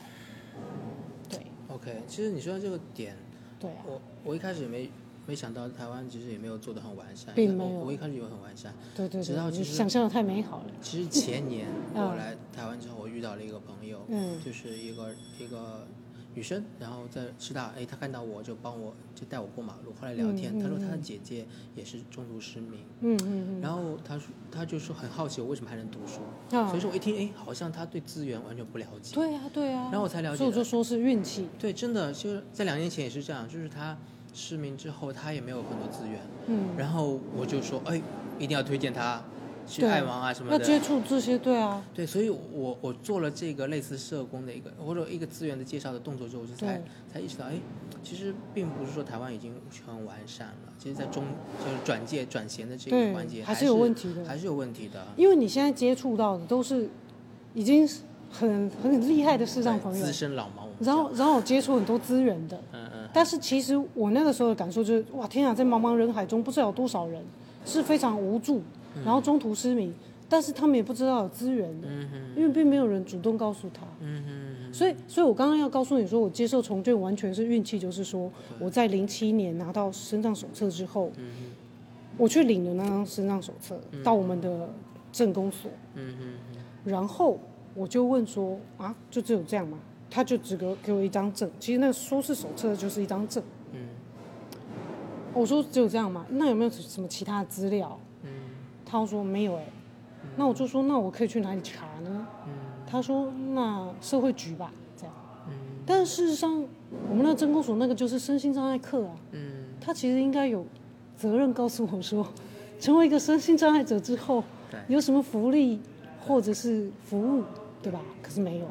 Speaker 2: 对
Speaker 1: OK，其实你说到这个点，
Speaker 2: 对啊，
Speaker 1: 我我一开始也没没想到台湾其实也没有做的很完善，
Speaker 2: 并
Speaker 1: 因为
Speaker 2: 没有
Speaker 1: 我我一开始以为很完善，
Speaker 2: 对对
Speaker 1: 直
Speaker 2: 对
Speaker 1: 到，
Speaker 2: 你
Speaker 1: 其实
Speaker 2: 想象的太美好了。
Speaker 1: 其实前年
Speaker 2: 嗯
Speaker 1: 我来台湾之后，我遇到了一个朋友，
Speaker 2: 嗯
Speaker 1: 就是一个一个女生，然后在师大，哎，她看到我就帮我就带我过马路，后来聊天，
Speaker 2: 嗯嗯
Speaker 1: 她说她的
Speaker 2: 嗯
Speaker 1: 姐姐也是中途失明，
Speaker 2: 嗯嗯嗯，
Speaker 1: 然后她说她就说很好奇我为什么还能读书，
Speaker 2: 啊
Speaker 1: 所以说我一听，哎，好像她对资源完全不了解，
Speaker 2: 对啊对啊，
Speaker 1: 然后我才了解
Speaker 2: 所以我
Speaker 1: 到
Speaker 2: 就说是运气。
Speaker 1: 对，真的就是在两年前也是这样，就是她失明之后，她也没有很多资源。
Speaker 2: 嗯，
Speaker 1: 然后我就说，哎，一定要推荐他去
Speaker 2: 对
Speaker 1: 爱盲啊什么
Speaker 2: 要接
Speaker 1: 的。
Speaker 2: 触这些，对啊，
Speaker 1: 对，所以我我做了这个类似社工的一个或者一个资源的介绍的动作之后，我就才
Speaker 2: 对
Speaker 1: 才意识到，哎，其实并不是说台湾已经很完善了，其实，在中就是转介转衔的这个
Speaker 2: 对
Speaker 1: 环节，
Speaker 2: 还
Speaker 1: 是
Speaker 2: 是有问题的
Speaker 1: 还是有问题的。
Speaker 2: 因为你现在接触到的都是已经是很很厉害的视障
Speaker 1: 对
Speaker 2: 朋友
Speaker 1: 资，深老盲，我们
Speaker 2: 然后
Speaker 1: 讲
Speaker 2: 然后我接触很多资源的，
Speaker 1: 嗯嗯，
Speaker 2: 但是其实我那个时候的感受就是，哇，天啊，在茫茫人海中，不知道有多少人是非常无助，
Speaker 1: 嗯
Speaker 2: 然后中途失明，但是他们也不知道有资源的，
Speaker 1: 嗯
Speaker 2: 因为并没有人主动告诉他。所以，所以我刚刚要告诉你说，我接受重建完全是运气，就是说
Speaker 1: 嗯
Speaker 2: 我在零七年拿到身障手册之后，我去领了那张身障手册，
Speaker 1: 嗯
Speaker 2: 到我们的政工所，然后我就问说啊，就只有这样吗？他就只给给我一张证，其实那个说是手册就是一张证。
Speaker 1: 嗯
Speaker 2: 我说只有这样吗？那有没有什么其他的资料？
Speaker 1: 嗯
Speaker 2: 他说没有哎、那我就说那我可以去哪里查呢？
Speaker 1: 嗯
Speaker 2: 他说那社会局吧，这样。
Speaker 1: 嗯
Speaker 2: 但事实上，我们那个政工所那个就是身心障碍课啊，
Speaker 1: 嗯，
Speaker 2: 他其实应该有责任告诉我说， 成为一个身心障碍者之后
Speaker 1: 对，
Speaker 2: 有什么福利或者是服务，对吧？可是没有，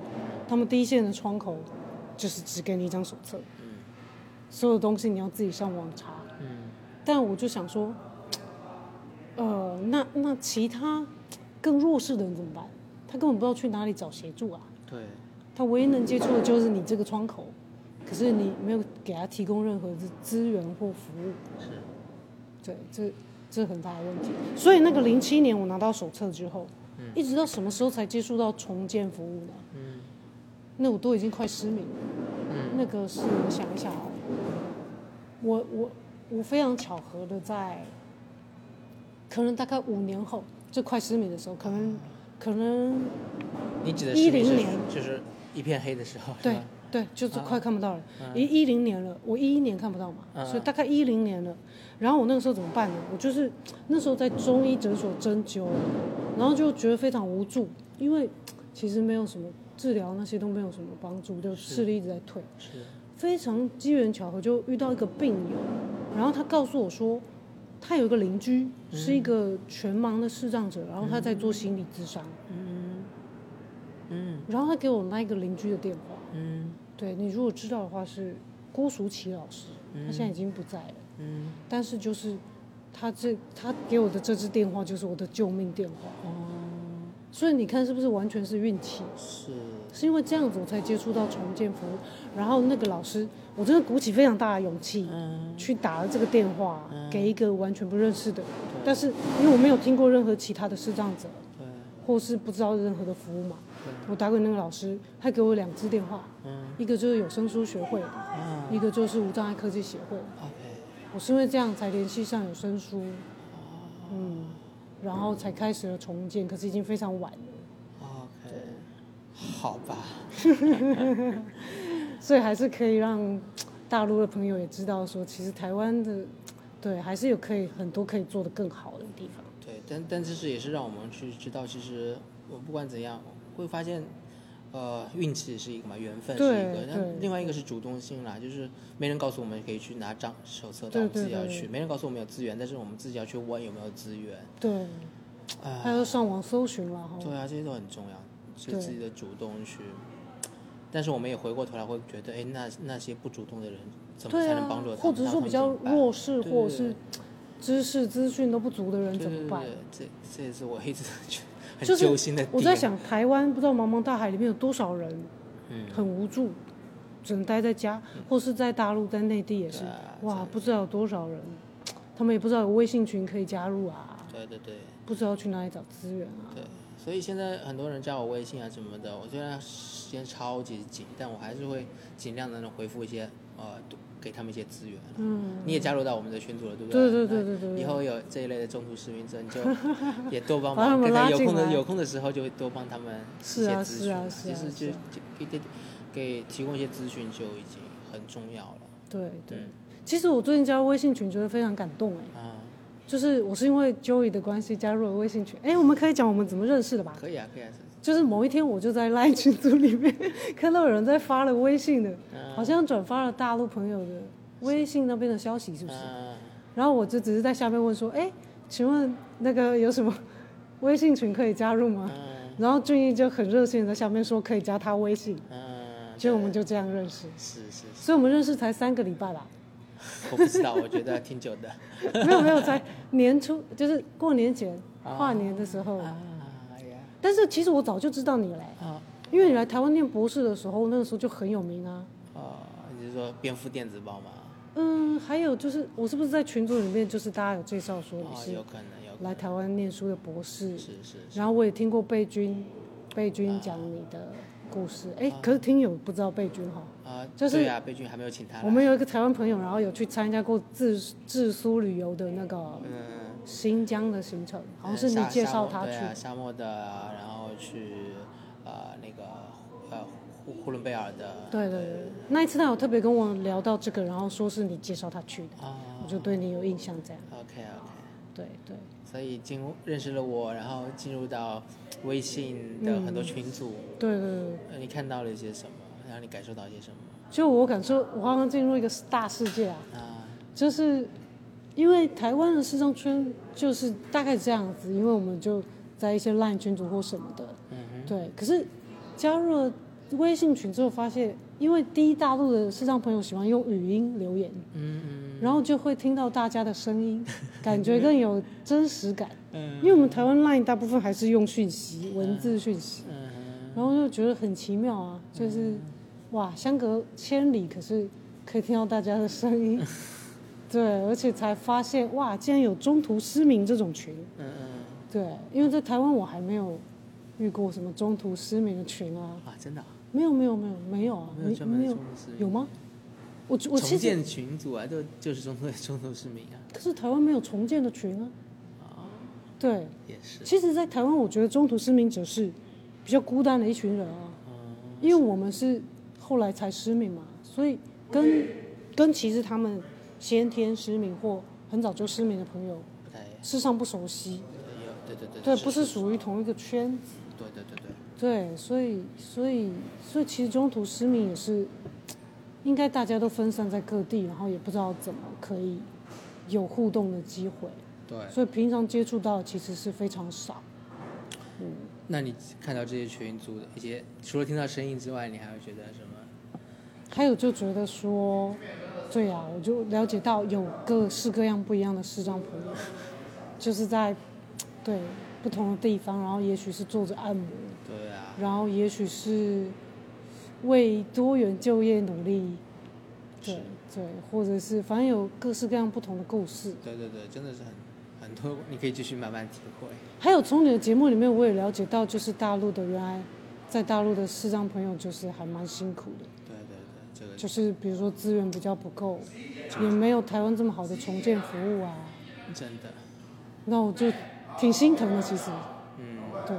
Speaker 2: 他们第一线的窗口就是只给你一张手册，
Speaker 1: 嗯
Speaker 2: 所有东西你要自己上网查。
Speaker 1: 嗯
Speaker 2: 但我就想说，呃，那那其他更弱势的人怎么办？他根本不知道去哪里找协助啊。
Speaker 1: 对，
Speaker 2: 他唯一能接触的就是你这个窗口，可是你没有给他提供任何的资源或服务，
Speaker 1: 是
Speaker 2: 对，这这很大的问题。所以那个零七年我拿到手册之后，一直到什么时候才接触到重建服务呢？
Speaker 1: 嗯
Speaker 2: 那我都已经快失明了。
Speaker 1: 嗯
Speaker 2: 那个是我想一想哦，我我我非常巧合的在，可能大概五年后，这快失明的时候，可能可能
Speaker 1: 你指的是
Speaker 2: 10
Speaker 1: 是
Speaker 2: 年
Speaker 1: 就是一片黑的时候，是
Speaker 2: 对
Speaker 1: 吧
Speaker 2: 对，就是快看不到了
Speaker 1: 嗯，
Speaker 2: 一一零年了，我一一年看不到嘛，
Speaker 1: 嗯
Speaker 2: 所以大概一零年了。然后我那个时候怎么办呢？我就是那时候在中医诊所针灸，然后就觉得非常无助，因为其实没有什么治疗那些都没有什么帮助，就视力一直在退。
Speaker 1: 是
Speaker 2: 非常机缘巧合就遇到一个病友，然后他告诉我说，他有一个邻居是一个全盲的视障者，然后他在做心理咨商，
Speaker 3: 嗯嗯
Speaker 2: 然后他给我那一个邻居的电话，
Speaker 3: 嗯
Speaker 2: 对你如果知道的话是郭淑琪老师，他现在已经不在了，
Speaker 3: 嗯，
Speaker 2: 但是就是他这他给我的这支电话就是我的救命电话，
Speaker 3: 哦，
Speaker 2: 所以你看是不是完全是运气？
Speaker 1: 是，
Speaker 2: 是因为这样子我才接触到重建服务，然后那个老师，我真的鼓起非常大的勇气
Speaker 3: 嗯
Speaker 2: 去打了这个电话
Speaker 3: 嗯
Speaker 2: 给一个完全不认识的人，
Speaker 1: 对
Speaker 2: 但是因为我没有听过任何其他的视障者，
Speaker 1: 对
Speaker 2: 或是不知道任何的服务嘛
Speaker 1: 对，
Speaker 2: 我打给那个老师，他给我两支电话，
Speaker 1: 嗯
Speaker 2: 一个就是有声书学会的，
Speaker 1: 啊
Speaker 2: 一个就是无障碍科技协会，
Speaker 1: ，OK，
Speaker 2: 我是因为这样才联系上有声书，
Speaker 1: 哦
Speaker 2: 嗯，然后才开始了重建，可是已经非常晚了。
Speaker 1: OK，好吧，
Speaker 2: 所以还是可以让大陆的朋友也知道说，其实台湾的对还是有可以很多可以做的更好的地方。
Speaker 1: 对，但但这是也是让我们去知道，其实我不管怎样，会发现，呃，运气是一个嘛，缘分是
Speaker 2: 对
Speaker 1: 一个，
Speaker 2: 对
Speaker 1: 那另外一个是主动性啦，就是没人告诉我们可以去拿账手册，但我
Speaker 2: 对
Speaker 1: 们自己
Speaker 2: 对
Speaker 1: 要
Speaker 2: 对
Speaker 1: 去，没人告诉我们有资源，但是我们自己要去问有没有资源，
Speaker 2: 对，还
Speaker 1: 啊，
Speaker 2: 要上网搜寻了哈。
Speaker 1: 对啊，这些都很重要，是
Speaker 2: 哦对
Speaker 1: 自己的主动去。但是我们也回过头来会觉得，哎，那那些不主动的人怎么
Speaker 2: 对
Speaker 1: 才能帮助到，
Speaker 2: 啊
Speaker 1: 他
Speaker 2: 或
Speaker 1: 们？
Speaker 2: 者
Speaker 1: 那
Speaker 2: 说
Speaker 1: 他
Speaker 2: 比
Speaker 1: 们
Speaker 2: 较
Speaker 1: 怎么办
Speaker 2: 弱势
Speaker 1: 对对
Speaker 2: 或者是知识资讯都不足的人
Speaker 1: 对
Speaker 2: 怎
Speaker 1: 对
Speaker 2: 么
Speaker 1: 对
Speaker 2: 办？，
Speaker 1: 这这也是我一直觉得很
Speaker 2: 就是
Speaker 1: 揪心的点。
Speaker 2: 我在，想，台湾不知道茫茫大海里面有多少人
Speaker 1: 嗯，
Speaker 2: 很无助，只能待在家，或是在大陆、在内地也是
Speaker 1: 对啊，
Speaker 2: 哇，不知道有多少人，他们也不知道有微信群可以加入啊，
Speaker 1: 对对对
Speaker 2: 不知道去哪里找资源啊。
Speaker 1: 对，所以现在很多人加我微信啊什么的，我虽然时间超级紧，但我还是会尽量的能回复一些呃，多给他们一些资源。啊
Speaker 2: 嗯，
Speaker 1: 你也加入到我们的群组了，对不
Speaker 2: 对
Speaker 1: 对
Speaker 2: 对对对对
Speaker 1: 那
Speaker 2: 对
Speaker 1: 以后有这一类的重度失明症， 你就也多帮
Speaker 2: 把他
Speaker 1: 忙，
Speaker 2: 们
Speaker 1: 可能
Speaker 2: 拉
Speaker 1: 有
Speaker 2: 进
Speaker 1: 空的
Speaker 2: 来
Speaker 1: 有空的时候就会多帮他们
Speaker 2: 是
Speaker 1: 一些
Speaker 2: 啊
Speaker 1: 资
Speaker 2: 是
Speaker 1: 讯
Speaker 2: 啊
Speaker 1: 了
Speaker 2: 是
Speaker 1: 其
Speaker 2: 啊
Speaker 1: 实
Speaker 2: 是
Speaker 1: 就
Speaker 2: 啊
Speaker 1: 就给给给提供一些资讯就已经很重要了。
Speaker 2: 对对
Speaker 1: 嗯。
Speaker 2: 其实我最近加入微信群，觉得非常感动哎，
Speaker 1: 啊，
Speaker 2: 就是我是因为 Joey 的关系加入了微信群。哎，我们可以讲我们怎么认识的吧？
Speaker 1: 可以啊，可以啊，是
Speaker 2: 就是某一天我就在 LINE 群组里面 看到有人在发了微信的，
Speaker 1: 嗯
Speaker 2: 好像转发了大陆朋友的微信那边的消息，是不是？
Speaker 1: 嗯，
Speaker 2: 然后我就只是在下面问说，哎，请问那个有什么微信群可以加入吗？
Speaker 1: 嗯
Speaker 2: 然后俊逸就很热心的在下面说可以加他微信，
Speaker 1: 嗯，
Speaker 2: 结果我们
Speaker 1: 对
Speaker 2: 就这样认识，
Speaker 1: 是是 是，
Speaker 2: 所以我们认识才三个礼拜啦。
Speaker 1: 我不知道，我觉得挺久 的。
Speaker 2: 没有没有，在年初就是过年前跨年的时候，
Speaker 1: 啊呀，
Speaker 2: 但是其实我早就知道你嘞，
Speaker 1: 啊
Speaker 2: 因为你来台湾念博士的时候，那个时候就很有名啊。
Speaker 1: 哦，你是说蝙蝠电子报吗？
Speaker 2: 嗯，还有就是我是不是在群组里面就是大家有介绍说你
Speaker 1: 哦，
Speaker 2: 是
Speaker 1: 有可能，有可能
Speaker 2: 来台湾念书的博
Speaker 1: 是
Speaker 2: 士，
Speaker 1: 是是，啊
Speaker 2: 然后我也听过贝君，贝君讲你的故事，哎，可是听友不知道贝君哈。
Speaker 1: 啊，
Speaker 2: 就是
Speaker 1: 对啊，贝君还没有请他
Speaker 2: 我
Speaker 1: 来。
Speaker 2: 们有一个台湾朋友，然后有去参加过自自苏旅游的那个
Speaker 1: 嗯，呃
Speaker 2: 新疆的行程，好像是
Speaker 1: 沙
Speaker 2: 你介
Speaker 1: 沙
Speaker 2: 绍
Speaker 1: 漠
Speaker 2: 他去
Speaker 1: 对
Speaker 2: 的
Speaker 1: 啊，沙漠的，然后去呃那个呃呼呼伦贝尔的，
Speaker 2: 对对对，那一次他有特别跟我聊到这个，然后说是你介绍他去的，
Speaker 1: 啊
Speaker 2: 我就对你有印象这样。
Speaker 1: ，OK OK，
Speaker 2: 对对
Speaker 1: 所以进入认识了我，然后进入到微信的很多
Speaker 2: 嗯
Speaker 1: 群组，
Speaker 2: 对对对，
Speaker 1: 呃你看到了一些什么，然后你感受到一些什么
Speaker 2: 就我感受，我刚刚进入一个大世界啊，
Speaker 1: 啊？
Speaker 2: 就是因为台湾的时尚圈就是大概这样子，因为我们就在一些 LINE 群组或什么的，
Speaker 1: 嗯哼，
Speaker 2: 对。可是加入了微信群之后，发现因为第一大陆的视障朋友喜欢用语音留言，
Speaker 1: 嗯嗯
Speaker 2: 然后就会听到大家的声音，感觉更有真实感。
Speaker 1: 嗯
Speaker 2: 因为我们台湾 LINE 大部分还是用讯息、文字讯息，
Speaker 1: 嗯哼，
Speaker 2: 然后就觉得很奇妙啊，就是哇，相隔千里，可是可以听到大家的声音，对，而且才发现哇，竟然有中途失明这种群，
Speaker 1: 嗯嗯。
Speaker 2: 对，因为在台湾我还没有遇过什么中途失明的群啊，
Speaker 1: 啊，真的啊、
Speaker 2: 没有没有没有没有啊，
Speaker 1: 哦没有
Speaker 2: 你
Speaker 1: 专门
Speaker 2: 没
Speaker 1: 的
Speaker 2: 有
Speaker 1: 中途失明
Speaker 2: 有吗？我我其
Speaker 1: 重
Speaker 2: 实
Speaker 1: 建群组啊，就就是中途 中途失明啊，
Speaker 2: 可是台湾没有重建的群啊，对，
Speaker 1: 也是，
Speaker 2: 其实，在台湾，我觉得中途失明者是比较孤单的一群人啊，
Speaker 1: 嗯
Speaker 2: 因为我们是后来才失明嘛，所以跟跟其实他们先天失明或很早就失明的朋友，
Speaker 1: 不太
Speaker 2: 事实上不熟悉，
Speaker 1: 有，对对对
Speaker 2: 对，
Speaker 1: 是
Speaker 2: 不是属于同一个圈子，
Speaker 1: 对对对对，
Speaker 2: 对，所以所以所以其实中途失明也是，应该大家都分散在各地，然后也不知道怎么可以有互动的机会，
Speaker 1: 对。
Speaker 2: 所以平常接触到其实是非常少。
Speaker 1: 那你看到这些群组的一些，除了听到声音之外，你还会觉得什么？
Speaker 2: 还有就觉得说，对呀、我就了解到有各式各样不一样的视障朋友，就是在对不同的地方，然后也许是做着按摩，
Speaker 1: 对啊，
Speaker 2: 然后也许是为多元就业努力，对
Speaker 1: 是
Speaker 2: 对，或者是反正有各式各样不同的故事。
Speaker 1: 对对对，真的是很很多，你可以继续慢慢体会。
Speaker 2: 还有从你的节目里面，我也了解到，就是大陆的原来在大陆的视障朋友就是还蛮辛苦的。
Speaker 1: 对对对，这个
Speaker 2: 就是比如说资源比较不够，也没有台湾这么好的重建服务啊，
Speaker 1: 嗯真的，
Speaker 2: 那我就挺心疼的其实，
Speaker 1: 嗯，
Speaker 2: 对，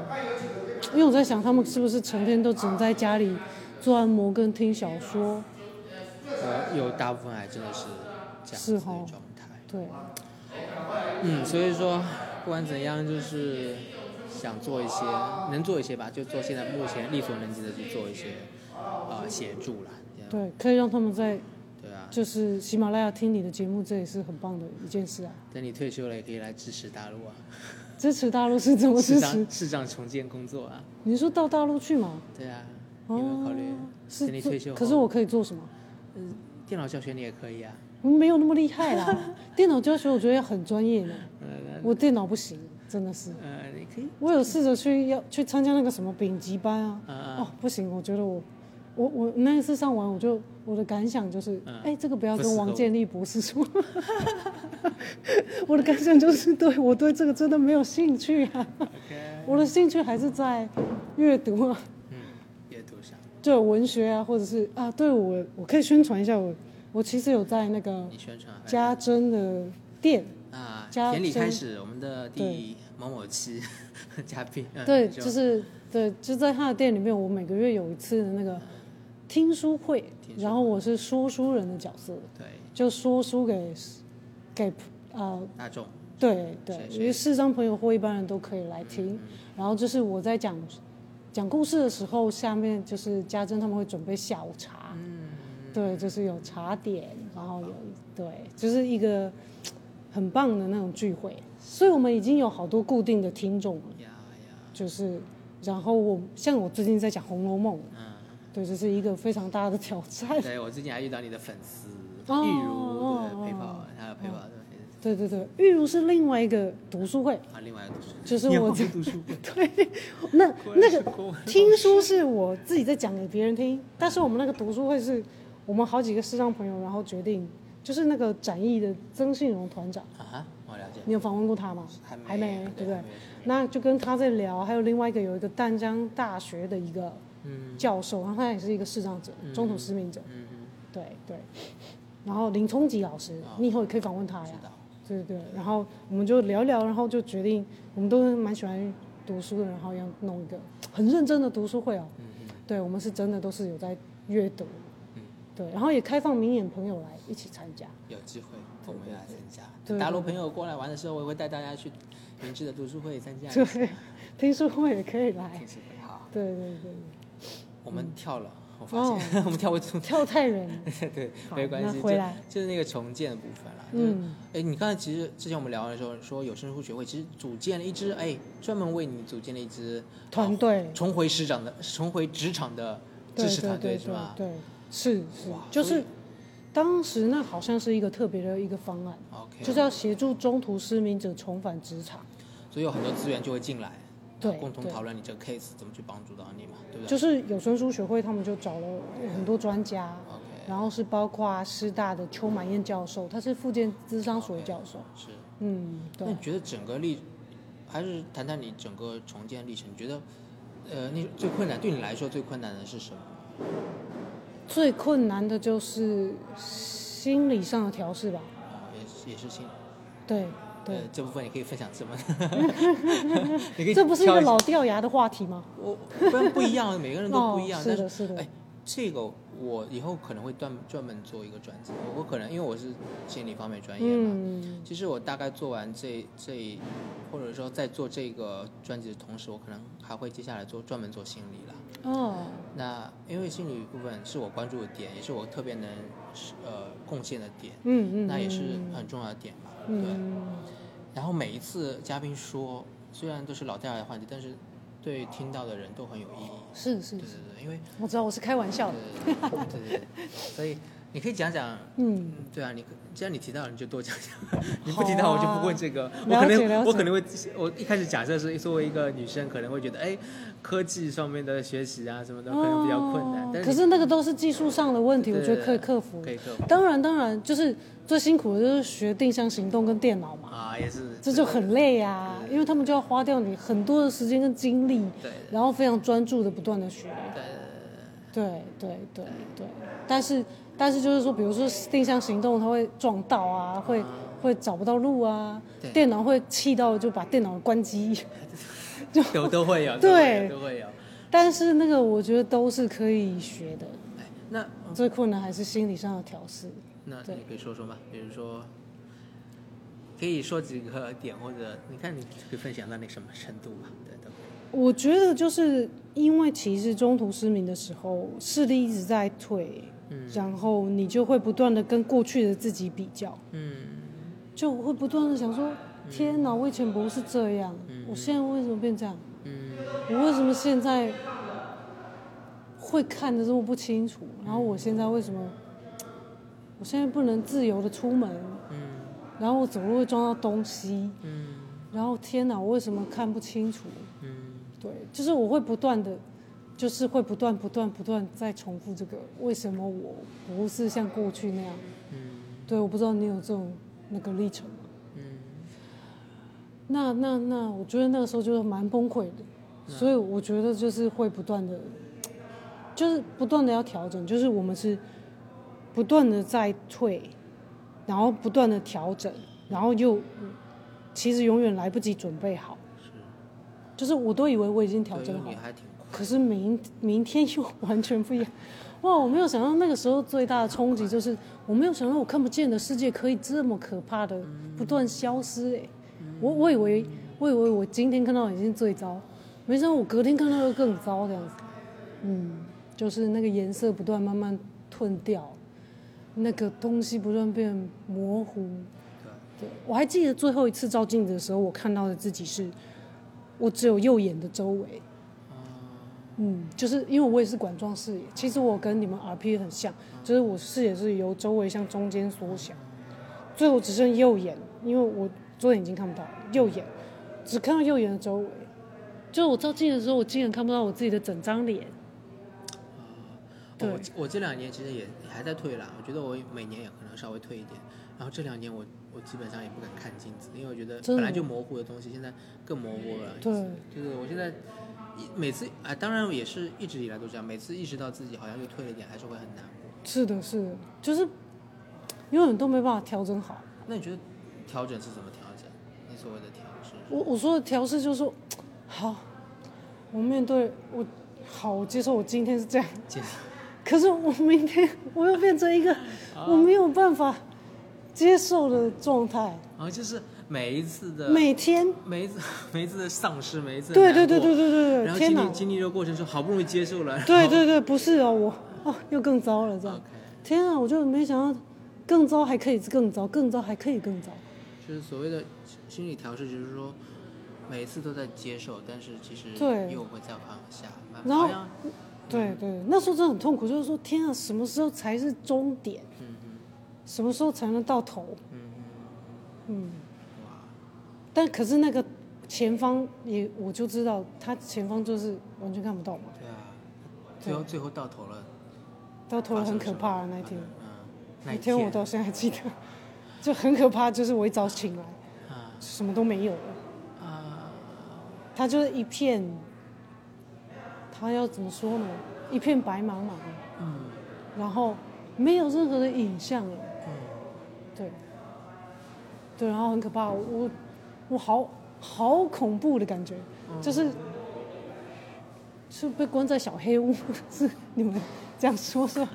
Speaker 2: 因为我在想他们是不是成天都只能在家里做按摩跟听小说，
Speaker 1: 呃，有大部分还真的是这样子
Speaker 2: 是
Speaker 1: 的
Speaker 2: 哦
Speaker 1: 状态。
Speaker 2: 对，
Speaker 1: 嗯，所以说不管怎样，就是想做一些能做一些吧，就做现在目前力所能及的去做一些呃协助啦。这样
Speaker 2: 对，可以让他们在
Speaker 1: 对啊，
Speaker 2: 就是喜马拉雅听你的节目，这也是很棒的一件事啊，
Speaker 1: 等你退休了也可以来支持大陆啊，
Speaker 2: 支持大陆是怎么
Speaker 1: 市
Speaker 2: 支持？
Speaker 1: 长市长重建工作啊，
Speaker 2: 你是说到大陆去吗？
Speaker 1: 对啊，有没有考
Speaker 2: 哦
Speaker 1: 虑？，等
Speaker 2: 是
Speaker 1: 你
Speaker 2: 做
Speaker 1: 退休，后
Speaker 2: 可是我可以做什么？
Speaker 1: 电脑教学你也可以啊。
Speaker 2: 没有那么厉 害啦，电脑教学我觉得要很专业呢。
Speaker 1: 呃
Speaker 2: 我电脑不行，真的是。
Speaker 1: 呃，你可以，
Speaker 2: 我有试着去要去参加那个什么丙级班啊，
Speaker 1: 呃，
Speaker 2: 哦，不行，我觉得我我我那一次上完，我就我的感想就是，哎、
Speaker 1: 嗯
Speaker 2: 这个不要
Speaker 1: 不
Speaker 2: 跟
Speaker 1: 适合
Speaker 2: 王
Speaker 1: 我
Speaker 2: 建立博 士说。 我的感想就是，对我对这个真的没有兴趣啊，
Speaker 1: OK，
Speaker 2: 我的兴趣还是在阅读啊，
Speaker 1: 嗯，阅读上，
Speaker 2: 就文学啊，或者是啊，对我我可以宣传一下我我其实有在那个
Speaker 1: 你宣传还
Speaker 2: 家珍的店。
Speaker 1: 啊，
Speaker 2: 加
Speaker 1: 典礼开
Speaker 2: 深
Speaker 1: 始，我们的第某某期 嘉宾，嗯
Speaker 2: 对，
Speaker 1: 就
Speaker 2: 就是对，就在他的店里面，我每个月有一次的那个听书会，
Speaker 1: 听书
Speaker 2: 然后我是说书人的角色，
Speaker 1: 对
Speaker 2: 就说书给给啊、
Speaker 1: 大众，
Speaker 2: 对对
Speaker 1: 谁，谁
Speaker 2: 因为视障朋友或一般人都可以来听。然后就是我在讲讲故事的时候，下面就是家珍他们会准备下午茶，对，就是有茶点，然后有对，就是一个很棒的那种聚会。所以我们已经有好多固定的听众了。
Speaker 1: 呀呀，
Speaker 2: 就是，然后我像我最近在讲《红楼梦》，
Speaker 1: 嗯，
Speaker 2: 对，这是一个非常大的挑战。
Speaker 1: 对我最近还遇到你的粉丝，
Speaker 2: 哦
Speaker 1: 例如
Speaker 2: 哦
Speaker 1: 对
Speaker 2: 哦
Speaker 1: 陪跑，还有陪跑的粉丝
Speaker 2: 对对对，玉如是另外一个读书会，
Speaker 1: 啊，另外一个读书，
Speaker 2: 哦就是
Speaker 1: 你要
Speaker 2: 我
Speaker 1: 去
Speaker 2: 在
Speaker 1: 读 书，
Speaker 2: 那
Speaker 1: 果然
Speaker 2: 那
Speaker 1: 是
Speaker 2: 个
Speaker 1: 国 文
Speaker 2: 听书是我自己在讲给别人听，但是我们那个读书会是我们好几个视障朋友，然后决定就是那个展翼的曾信荣团长，
Speaker 1: 啊，我了解，
Speaker 2: 你有访问过他吗？
Speaker 1: 还没
Speaker 2: 还没，对不对
Speaker 1: 还没？
Speaker 2: 那就跟他在聊，还有另外一个有一个淡江大学的一个教授，然后他也是一个视障者，中途失明者，
Speaker 1: 嗯嗯，哦
Speaker 2: 对对。然后林冲吉老师，你以后也可以访问他呀
Speaker 1: 知。道，
Speaker 2: 对对对。然后我们就聊一聊，然后就决定，我们都蛮喜欢读书的，然后要弄一个很认真的读书会哦。
Speaker 1: 嗯嗯
Speaker 2: 对，我们是真的都是有在阅读
Speaker 1: 嗯。
Speaker 2: 对，然后也开放明眼朋友来一起参加。
Speaker 1: 有机会我们要来参加。
Speaker 2: 对对
Speaker 1: 大陆朋友过来玩的时候，我也会带大家去明治的读书会参加。
Speaker 2: 对，听说会也可以来
Speaker 1: 平。时会好，
Speaker 2: 对对对，
Speaker 1: 我
Speaker 2: 嗯
Speaker 1: 们跳了，我发
Speaker 2: 哦
Speaker 1: 现 我们跳过重
Speaker 2: 跳太远了。
Speaker 1: 对，
Speaker 2: 好
Speaker 1: 没关
Speaker 2: 那
Speaker 1: 系，
Speaker 2: 回
Speaker 1: 就
Speaker 2: 来
Speaker 1: 就是那个重建的部分啦。嗯，
Speaker 2: 嗯，
Speaker 1: 哎，你刚才其实之前我们聊的时候说有声书学会，其实组建了一支哎，专门为你组建了一支
Speaker 2: 团队。
Speaker 1: 重回师长的重回职场的
Speaker 2: 对
Speaker 1: 哦支持
Speaker 2: 对
Speaker 1: 团
Speaker 2: 对
Speaker 1: 队是吗？
Speaker 2: 对，是是
Speaker 1: 哇，
Speaker 2: 就
Speaker 1: 所以
Speaker 2: 是当时那好像是一个特别的一个方案。
Speaker 1: OK，
Speaker 2: 就是要协助中途失明者重返职场。
Speaker 1: 所以有很多资源就会进来，
Speaker 2: 对
Speaker 1: 共同
Speaker 2: 对
Speaker 1: 讨论你这个 case 怎么去帮助到你嘛，对不对？啊
Speaker 2: 就是有声书学会，他们就找了很多专家，
Speaker 1: OK，
Speaker 2: 然后是包括师大的邱满燕教授，他是复健咨商所的教授。
Speaker 1: 是。
Speaker 2: 嗯，
Speaker 1: 那
Speaker 2: 对
Speaker 1: 你。觉得整个历，还是谈谈你整个重建历程？你觉得，呃，你最困难对你来说最困难的是什么？
Speaker 2: 最困难的就是心理上的调试吧。
Speaker 1: 啊、也是也是心理
Speaker 2: 对对
Speaker 1: 呃，，这部分也可以分享这 么，你可以
Speaker 2: 这不是一
Speaker 1: 挑
Speaker 2: 个
Speaker 1: 一下
Speaker 2: 老掉牙的话题吗？
Speaker 1: 我不不一样，每个人都不一样。
Speaker 2: 哦
Speaker 1: 但
Speaker 2: 是的，是的
Speaker 1: 哎。这个我以后可能会专专门做一个专辑，我可能因为我是心理方面专业嘛，
Speaker 2: 嗯，
Speaker 1: 其实我大概做完这这，或者说在做这个专辑的同时，我可能还会接下来做专门做心理了。
Speaker 2: 哦，
Speaker 1: 那因为心理部分是我关注的点，也是我特别能是呃贡献的点，
Speaker 2: 嗯嗯，
Speaker 1: 那也是
Speaker 2: 嗯
Speaker 1: 很重要的点吧。对。
Speaker 2: 嗯
Speaker 1: 然后每一次嘉宾说，虽然都是老掉牙的话题，但是对听到的人都很有意义。
Speaker 2: 是
Speaker 1: 对
Speaker 2: 是
Speaker 1: 对
Speaker 2: 是，
Speaker 1: 对，因为
Speaker 2: 我知道我是开玩笑的，
Speaker 1: 对对对对对 对，所以你可以讲讲。
Speaker 2: 嗯，啊
Speaker 1: 嗯，对啊，你可既然你提到，你就多讲讲；你不提到，我就不问这个。我
Speaker 2: 了
Speaker 1: 可
Speaker 2: 解
Speaker 1: 能
Speaker 2: 了
Speaker 1: 我
Speaker 2: 解
Speaker 1: 可能会，我一开始假设是作为一个女生，可能会觉得，哎，科技上面的学习啊什么的，可能比较困难。
Speaker 2: 哦
Speaker 1: 但
Speaker 2: 可
Speaker 1: 是
Speaker 2: 是那个都是技术上的问
Speaker 1: 你
Speaker 2: 题，我觉得可以克服
Speaker 1: 可。以克服
Speaker 2: 当然，当然，就是最辛苦的就是学定向行动跟电脑嘛，
Speaker 1: 啊，也是
Speaker 2: 这就很累啊，
Speaker 1: 对
Speaker 2: 因为他们就要花掉你很多的时间跟精力，
Speaker 1: 对
Speaker 2: 然后非常专注的不断的学。
Speaker 1: 对
Speaker 2: 对对对对，但是但是就是说，比如说定向行动，它会撞到啊，会会找不到路啊
Speaker 1: 对，
Speaker 2: 电脑会气到就把电脑关机。 就
Speaker 1: 对，有都会有，都会有
Speaker 2: 对
Speaker 1: 都会有。
Speaker 2: 但是那个我觉得都是可以学的，
Speaker 1: 哎，那
Speaker 2: 最困难还是心理上的调试。
Speaker 1: 那
Speaker 2: 对
Speaker 1: 你可以说说吗？比如说，可以说几个点，或者你看你可以分享到那什么程度吧？对，都可以。
Speaker 2: 我觉得就是因为其实中途失明的时候，视力一直在退，
Speaker 1: 嗯
Speaker 2: 然后你就会不断的跟过去的自己比较，
Speaker 1: 嗯
Speaker 2: 就会不断的想说：天哪，我以前不是这样，我现在为什么变这样？
Speaker 1: 嗯
Speaker 2: 我为什么现在会看得这么不清楚？然后我现在为什么，我现在不能自由的出门？
Speaker 1: 嗯
Speaker 2: 然后我走路会撞到东西，
Speaker 1: 嗯
Speaker 2: 然后天哪，我为什么看不清楚？
Speaker 1: 嗯
Speaker 2: 对，就是我会不断的，就是会不断、不断、不断在重复这个。为什么我不是像过去那样？
Speaker 1: 嗯
Speaker 2: 对，我不知道你有这种那个历程吗？
Speaker 1: 嗯
Speaker 2: 那那那，我觉得那个时候就是蛮崩溃的，
Speaker 1: 嗯
Speaker 2: 所以我觉得就是会不断的，就是不断的要调整，就是我们是不断的在退，然后不断的调整，然后又其实永远来不及准备好，
Speaker 1: 是。
Speaker 2: 就是我都以为我已经调
Speaker 1: 对，因
Speaker 2: 整
Speaker 1: 为
Speaker 2: 好
Speaker 1: 你，还挺快。
Speaker 2: 可是明明天又完全不一样。 哇！我没有想到那个时候最大的冲击就是，我没有想到我看不见的世界可以这么可怕的不断消失、欸。我我以为我以为我今天看到的已经最糟，没想到我隔天看到又更糟这样子。嗯，就是那个颜色不断慢慢褪掉，那个东西不断变模糊。对，我还记得最后一次照镜子的时候，我看到的自己是，我只有右眼的周围。嗯，就是因为我也是管状视野，其实我跟你们 RP 很像，就是我视野是由周围向中间缩小，最后只剩右眼，因为我左眼已经看不到了，右眼只看到右眼的周围。就是我照镜子的时候，我竟然看不到我自己的整张脸。
Speaker 1: 对，哦我
Speaker 2: 对
Speaker 1: 我这两年其实也也还在退啦，我觉得我每年也可能稍微退一点。然后这两年我我基本上也不敢看镜子，因为我觉得
Speaker 2: 真
Speaker 1: 本
Speaker 2: 的
Speaker 1: 来就模糊的东西，现在更模糊了。
Speaker 2: 对，
Speaker 1: 就是我现在一每次啊，当然也是一直以来都这样，每次意识到自己好像又退了一点，还是会很难过。
Speaker 2: 是的，是的，就是永远都没办法调整好。
Speaker 1: 那你觉得调整是怎么调整？你所谓的调整？
Speaker 2: 我我说的调试就是说，好，我面对我好，我接受我今天是这样，
Speaker 1: 接受
Speaker 2: 可是我明天我又变成一个
Speaker 1: 啊
Speaker 2: 我没有办法接受的状态，
Speaker 1: 然后啊就是每一次的
Speaker 2: 每天，
Speaker 1: 每一次每一次的丧失，每一次的啊
Speaker 2: 对
Speaker 1: 难
Speaker 2: 对对
Speaker 1: 过
Speaker 2: 对对对
Speaker 1: 然
Speaker 2: 对，
Speaker 1: 后
Speaker 2: 天
Speaker 1: 经
Speaker 2: 哪
Speaker 1: 历，经历这个过程中，好不容易接受了，然
Speaker 2: 对
Speaker 1: 后
Speaker 2: 对对，不是哦，我哦又更糟了这样，
Speaker 1: OK，
Speaker 2: 天啊，我就没想到更糟还可以更糟，更糟还可以更糟，
Speaker 1: 就是所谓的心理调试，就是说每一次都在接受，但是其实
Speaker 2: 对
Speaker 1: 又会再放下，慢慢
Speaker 2: 然后
Speaker 1: 好像
Speaker 2: 对对，那时候真的很痛苦，就是说天啊，什么时候才是终点？
Speaker 1: 嗯嗯
Speaker 2: 什么时候才能到头？
Speaker 1: 嗯
Speaker 2: 嗯，
Speaker 1: 嗯，哇，
Speaker 2: 但可是那个前方也，我就知道他前方就是完全看不到嘛，
Speaker 1: 对啊，最后最后到头了，
Speaker 2: 到头了很可
Speaker 1: 发
Speaker 2: 怕的
Speaker 1: 生
Speaker 2: 那一
Speaker 1: 了什
Speaker 2: 天
Speaker 1: 么，嗯，那
Speaker 2: 那
Speaker 1: 一
Speaker 2: 天我到现在还记得，就很可怕，就是我一早醒来，
Speaker 1: 啊
Speaker 2: 什么都没有了，
Speaker 1: 啊，
Speaker 2: 它就是一片，它要怎么说呢？一片白茫茫，
Speaker 1: 嗯
Speaker 2: 然后没有任何的影像了。
Speaker 1: 嗯，
Speaker 2: 对，对，然后很可怕，我我好好恐怖的感觉，
Speaker 1: 嗯
Speaker 2: 就是是被关在小黑屋， 是你们这样说说，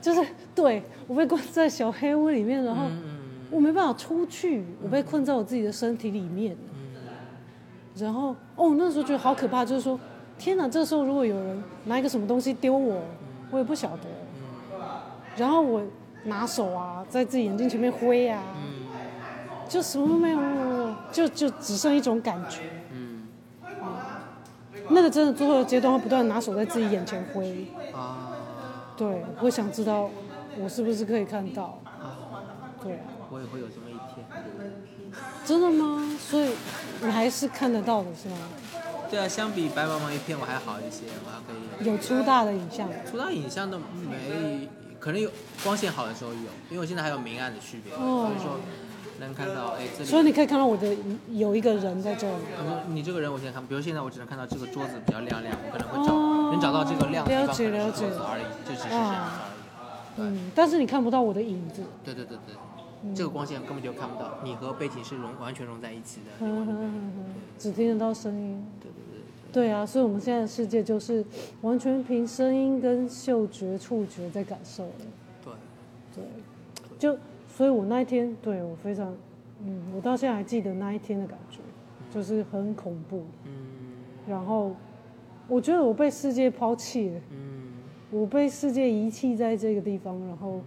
Speaker 2: 就是对我被关在小黑屋里面，然后我没办法出去，我被困在我自己的身体里面，然后哦那时候觉得好可怕，就是说天哪，这时候如果有人拿一个什么东西丢我，我也不晓得。然后我拿手啊，在自己眼睛前面挥啊，就什么都没有，没有没有就就只剩一种感觉。
Speaker 1: 嗯
Speaker 2: 那个真的最后的阶段会不断地拿手在自己眼前挥，
Speaker 1: 啊，
Speaker 2: 对，我想知道我是不是可以看到，对啊，
Speaker 1: 我也会有这么一天。
Speaker 2: 真的吗？所以你还是看得到的是吗？
Speaker 1: 对啊，相比白茫茫一片，我还好一些，我还可以。
Speaker 2: 有粗大的影像，
Speaker 1: 除到影像都没，可能有光线好的时候有，因为我现在还有明暗的区别，
Speaker 2: 哦
Speaker 1: 所以说能看到哎这里。
Speaker 2: 所以你可以看到我的有一个人在这里。
Speaker 1: 你说你这个人，我现在看，比如现在我只能看到这个桌子比较亮亮，我可能会找、
Speaker 2: 哦
Speaker 1: 能找到这个亮的地
Speaker 2: 了
Speaker 1: 方，
Speaker 2: 解
Speaker 1: 可能
Speaker 2: 了
Speaker 1: 是
Speaker 2: 解
Speaker 1: 桌子而已，就只是这样子而已。对
Speaker 2: 嗯，但是你看不到我的影子。
Speaker 1: 对对对
Speaker 2: 嗯
Speaker 1: 对，这个光线根本就看不到，你和背景是融完全融在一起的。
Speaker 2: 嗯嗯嗯嗯，只听得到声音。
Speaker 1: 对对对对，
Speaker 2: 对啊，所以我们现在的世界就是完全凭声音跟嗅觉、触觉在感受的。
Speaker 1: 对，
Speaker 2: 对，就所以，我那一天，对我非常，嗯，我到现在还记得那一天的感觉，就是很恐怖。
Speaker 1: 嗯
Speaker 2: 然后，我觉得我被世界抛弃了，
Speaker 1: 嗯
Speaker 2: 我被世界遗弃在这个地方。然后，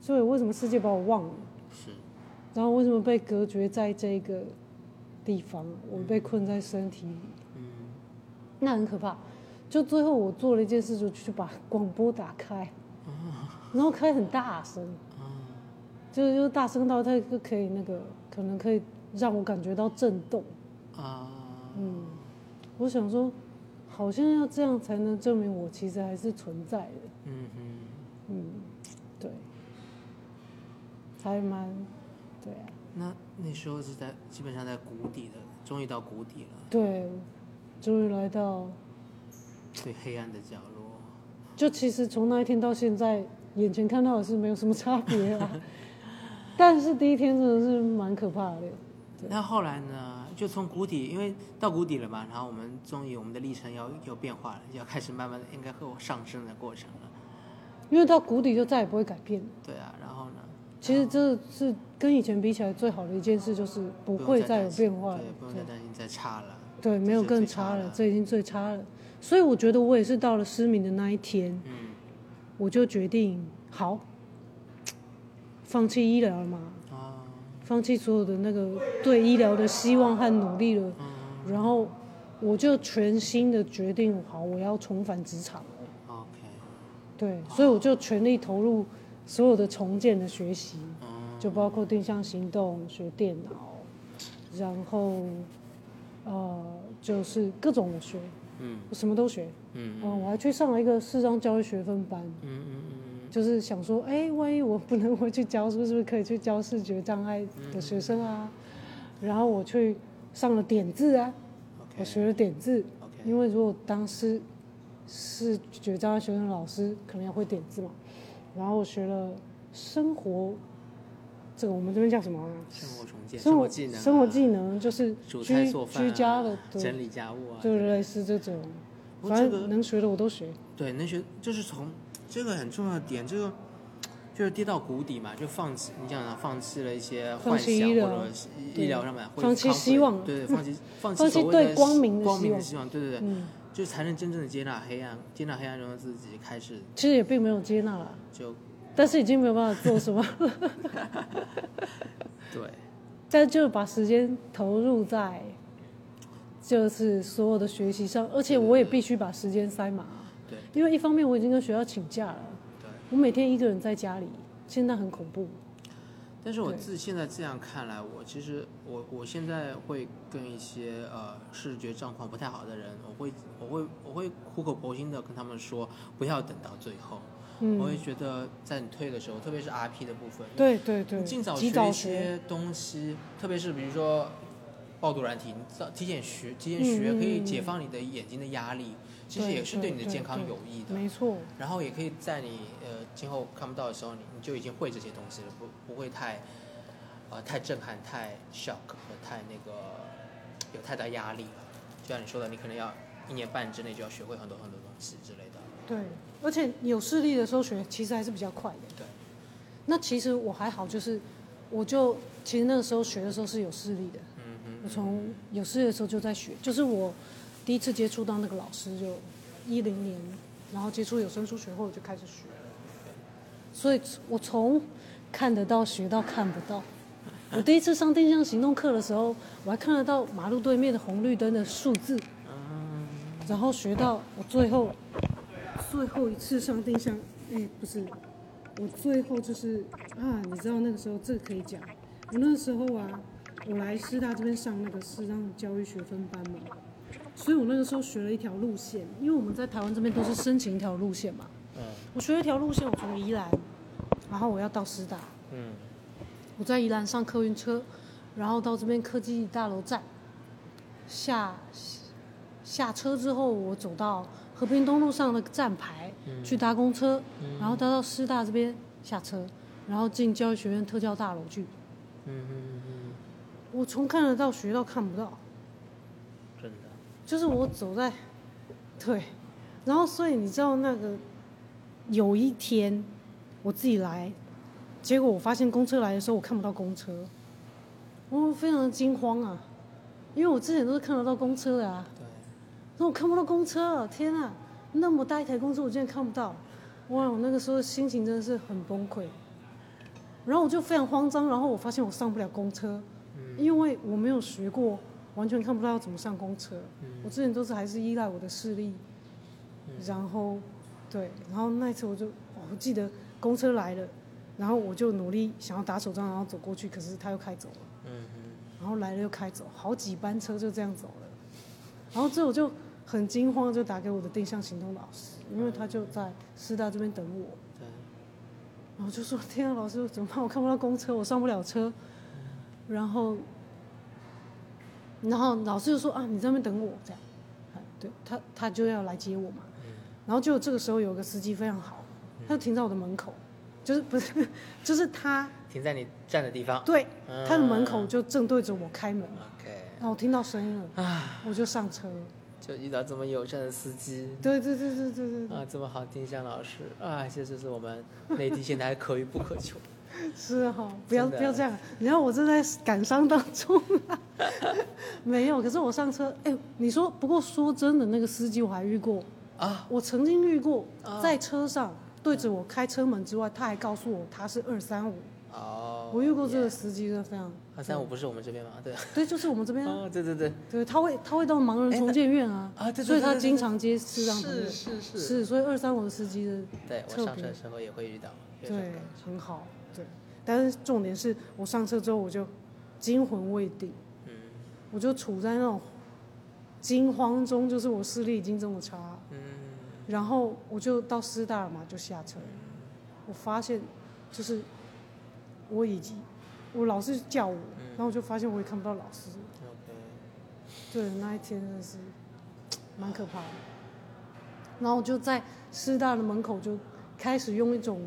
Speaker 2: 所以为什么世界把我忘了？
Speaker 1: 是，
Speaker 2: 然后为什么被隔绝在这个地方？我被困在身体里，
Speaker 1: 嗯
Speaker 2: 那很可怕。就最后我做了一件事，就去把广播打开，然后开很大声，
Speaker 1: 嗯
Speaker 2: 就是就是大声到它就可以那个，可能可以让我感觉到震动。
Speaker 1: 啊
Speaker 2: 嗯，我想说，好像要这样才能证明我其实还是存在的。
Speaker 1: 嗯嗯，
Speaker 2: 嗯，对，还蛮，对啊。
Speaker 1: 那那时候是在基本上在谷底的，终于到谷底了，
Speaker 2: 对，终于来到，
Speaker 1: 最黑暗的角落。
Speaker 2: 就其实从那一天到现在，眼前看到的是没有什么差别 啊。但是第一天真的是蛮可怕的，
Speaker 1: 那后来呢？就从谷底，因为到谷底了嘛，然后我们终于我们的历程要有变化了，要开始慢慢的应该会有上升的过程了。
Speaker 2: 因为到谷底就再也不会改变了。
Speaker 1: 对啊，然后呢？
Speaker 2: 其实这是跟以前比起来最好的一件事，就是不会
Speaker 1: 用
Speaker 2: 再有
Speaker 1: 担心
Speaker 2: 变化了
Speaker 1: 对，。不用再担心再差了。
Speaker 2: 对，没有更差了，这已经最差了。所以我觉得我也是到了失明的那一天，
Speaker 1: 嗯，
Speaker 2: 我就决定好，放弃医疗了嘛，
Speaker 1: 哦，
Speaker 2: 放弃所有的那个对医疗的希望和努力了。
Speaker 1: 嗯
Speaker 2: 然后我就全心的决定好，我要重返职场了。
Speaker 1: ，OK，
Speaker 2: 对，所以我就全力投入所有的重建的学习，
Speaker 1: 嗯，
Speaker 2: 就包括定向行动、学电脑，然后呃，就是各种我学，
Speaker 1: 嗯
Speaker 2: 我什么都学。
Speaker 1: 嗯
Speaker 2: 嗯、我还去上了一个视障教育学分班，
Speaker 1: 嗯嗯嗯
Speaker 2: 就是想说，哎，万一我不能 回去教书，是不是可以去教视觉障碍的学生啊？
Speaker 1: 嗯
Speaker 2: 然后我去上了点字啊，我学了点字。
Speaker 1: ，OK，OK，
Speaker 2: 因为如果当时是觉障碍学生的老师，可能要会点字嘛。然后我学了生活，这个我们这边叫什么啊、
Speaker 1: 生活重建，
Speaker 2: 生活
Speaker 1: 活技能啊，
Speaker 2: 生活技能就是
Speaker 1: 煮菜
Speaker 2: 居
Speaker 1: 做饭啊，
Speaker 2: 居家的，对，
Speaker 1: 整理家务啊，
Speaker 2: 就类似这种，
Speaker 1: 我
Speaker 2: 反
Speaker 1: 这个
Speaker 2: 正能学的我都学。
Speaker 1: 对，那学就是从这个很重要的点，这个就是跌到谷底嘛，就放弃。你想想，放弃了一些
Speaker 2: 放
Speaker 1: 幻
Speaker 2: 弃
Speaker 1: 想
Speaker 2: 医
Speaker 1: 或
Speaker 2: 疗
Speaker 1: 者是医
Speaker 2: 对
Speaker 1: 疗上面，或者
Speaker 2: 放
Speaker 1: 是
Speaker 2: 弃
Speaker 1: 康
Speaker 2: 希
Speaker 1: 复
Speaker 2: 望
Speaker 1: 对对，放弃放
Speaker 2: 放
Speaker 1: 弃所
Speaker 2: 弃
Speaker 1: 谓
Speaker 2: 对
Speaker 1: 的
Speaker 2: 光
Speaker 1: 希
Speaker 2: 明的
Speaker 1: 光
Speaker 2: 希
Speaker 1: 明的
Speaker 2: 望
Speaker 1: 希望，对对对，
Speaker 2: 嗯，
Speaker 1: 就才能真正的接纳黑暗，接纳黑暗中的自己，开始
Speaker 2: 其实也并没有接纳啦，
Speaker 1: 就
Speaker 2: 但是已经没有办法做什么，
Speaker 1: 对，
Speaker 2: 但就把时间投入在就是所有的学习上，而且我也必须把时间塞满啊。
Speaker 1: 对
Speaker 2: 因为一方面我已经跟学校请假了，
Speaker 1: 对。
Speaker 2: 我每天一个人在家里，现在很恐怖。
Speaker 1: 但是我
Speaker 2: 对
Speaker 1: 自现在这样看来，我其实我我现在会跟一些呃视觉状况不太好的人，我会我会我会苦口婆心的跟他们说，不要等到最后。我
Speaker 2: 嗯
Speaker 1: 会，觉得在你退的时候，特别是 RP 的部分，，
Speaker 2: 对对对，
Speaker 1: 尽早学
Speaker 2: 及
Speaker 1: 一
Speaker 2: 早
Speaker 1: 些东西，特别是比如说报读软体，你早提前学，提前
Speaker 2: 嗯
Speaker 1: 学
Speaker 2: 嗯
Speaker 1: 可以
Speaker 2: 嗯
Speaker 1: 解放你的眼睛的压力，其实
Speaker 2: 对
Speaker 1: 也是对
Speaker 2: 对
Speaker 1: 你的
Speaker 2: 对
Speaker 1: 健康
Speaker 2: 对
Speaker 1: 有益的。
Speaker 2: 没错，
Speaker 1: 然后也可以在你呃今后看不到的时候，你你就已经会这些东西了，不不会太呃太震撼、太 shock 和太那个有太大压力了。就像你说的，你可能要一年半之内就要学会很多很多东西之类的。
Speaker 2: 对。而且有视力的时候学，其实还是比较快的。
Speaker 1: 对，
Speaker 2: 那其实我还好，就是我就其实那个时候学的时候是有视力的，
Speaker 1: 嗯
Speaker 2: 我
Speaker 1: 哼，
Speaker 2: 从有视力的时候就在学，就是我第一次接触到那个老师就一零年，然后接触有声书学后我就开始学，所以我从看得到学到看不到。我第一次上定向行动课的时候，我还看得到马路对面的红绿灯的数字，
Speaker 1: 啊
Speaker 2: 然后学到我最后最后一次上定向，哎，不是，我最后就是啊，你知道那个时候这个可以讲，我那时候啊，我来师大这边上那个师让教育学分班嘛，所以我那个时候学了一条路线，因为我们在台湾这边都是申请一条路线嘛，
Speaker 1: 嗯
Speaker 2: 我学了一条路线，我从宜兰，然后我要到师大，
Speaker 1: 嗯
Speaker 2: 我在宜兰上客运车，然后到这边科技大楼站下下车之后，我走到和平东路上的站牌、
Speaker 1: 嗯
Speaker 2: 去搭公车，然后搭到师大这边下车，然后进教育学院特教大楼去。
Speaker 1: 嗯嗯嗯，
Speaker 2: 我从看得到学到看不到，
Speaker 1: 真的，
Speaker 2: 就是我走在对，然后所以你知道那个有一天我自己来，结果我发现公车来的时候我看不到公车，我非常的惊慌啊，因为我之前都是看得到公车的啊，
Speaker 1: 对，
Speaker 2: 那我看不到公车，天啊，那么大一台公车我竟然看不到，哇！我那个时候心情真的是很崩溃，然后我就非常慌张，然后我发现我上不了公车，因为我没有学过，完全看不到要怎么上公车。我之前都是还是依赖我的视力，
Speaker 1: 嗯
Speaker 2: 然后对，然后那一次我就哦我记得公车来了，然后我就努力想要打手杖，然后走过去，可是他又开走了。
Speaker 1: 嗯嗯
Speaker 2: 然后来了又开走，好几班车就这样走了。然后之后我就很惊慌，就打给我的定向行动老师，因为他就在师大这边等我。
Speaker 1: 嗯对，
Speaker 2: 然后就说：“天啊，老师，怎么办？我看不到公车，我上不了车。”
Speaker 1: 嗯
Speaker 2: 然后，然后老师就说：“啊，你在那边等我，这样。”哎对他，他就要来接我嘛。然后就这个时候有个司机非常好，他就停在我的门口，就是不是， 就是他
Speaker 1: 停在你站的地方
Speaker 2: 对
Speaker 1: 嗯
Speaker 2: 他的门口就正对着我开门。
Speaker 1: ，OK，
Speaker 2: 然后我听到声音了，我就上车。
Speaker 1: 就遇到这么友善的司机。
Speaker 2: 对对对对对对，
Speaker 1: 啊，这么好，丁香老师啊，这就是我们内地现在可遇不可 求。
Speaker 2: 是哈、不要
Speaker 1: 真的
Speaker 2: 不要这样，你看我正在感伤当中、啊 没有，可是我上车，哎，你说，不过说真的，那个司机我还遇过
Speaker 1: 啊，
Speaker 2: 我曾经遇过，在车上对着我开车门之外，他还告诉我他是二三五，
Speaker 1: 哦，
Speaker 2: 我遇过这个
Speaker 1: yeah。
Speaker 2: 司机真的非常，
Speaker 1: 二三五不是我们这边吗？对，
Speaker 2: 对，就是我 们这边啊，
Speaker 1: 啊，对对对，
Speaker 2: 对，他会他会到盲人重建院啊，
Speaker 1: 哎那啊对对
Speaker 2: 所以他
Speaker 1: 对对
Speaker 2: 经常接视障朋友，
Speaker 1: 是是是，
Speaker 2: 是，所以二三五的司机的
Speaker 1: 对我
Speaker 2: 特
Speaker 1: 上车
Speaker 2: 别
Speaker 1: 的时候也会遇到，有这
Speaker 2: 对
Speaker 1: 种感觉，
Speaker 2: 很好，对。但是重点是我上车之后我就惊魂未定，
Speaker 1: 嗯
Speaker 2: 我就处在那种惊慌中，就是我视力已经这么差，
Speaker 1: 嗯
Speaker 2: 然后我就到师大了嘛，就下车，我发现就是我已经我老师叫我，
Speaker 1: 嗯
Speaker 2: 然后我就发现我也看不到老师，
Speaker 1: ，OK，
Speaker 2: 对，那一天真的是蛮可怕的。然后我就在师大的门口就开始用一种，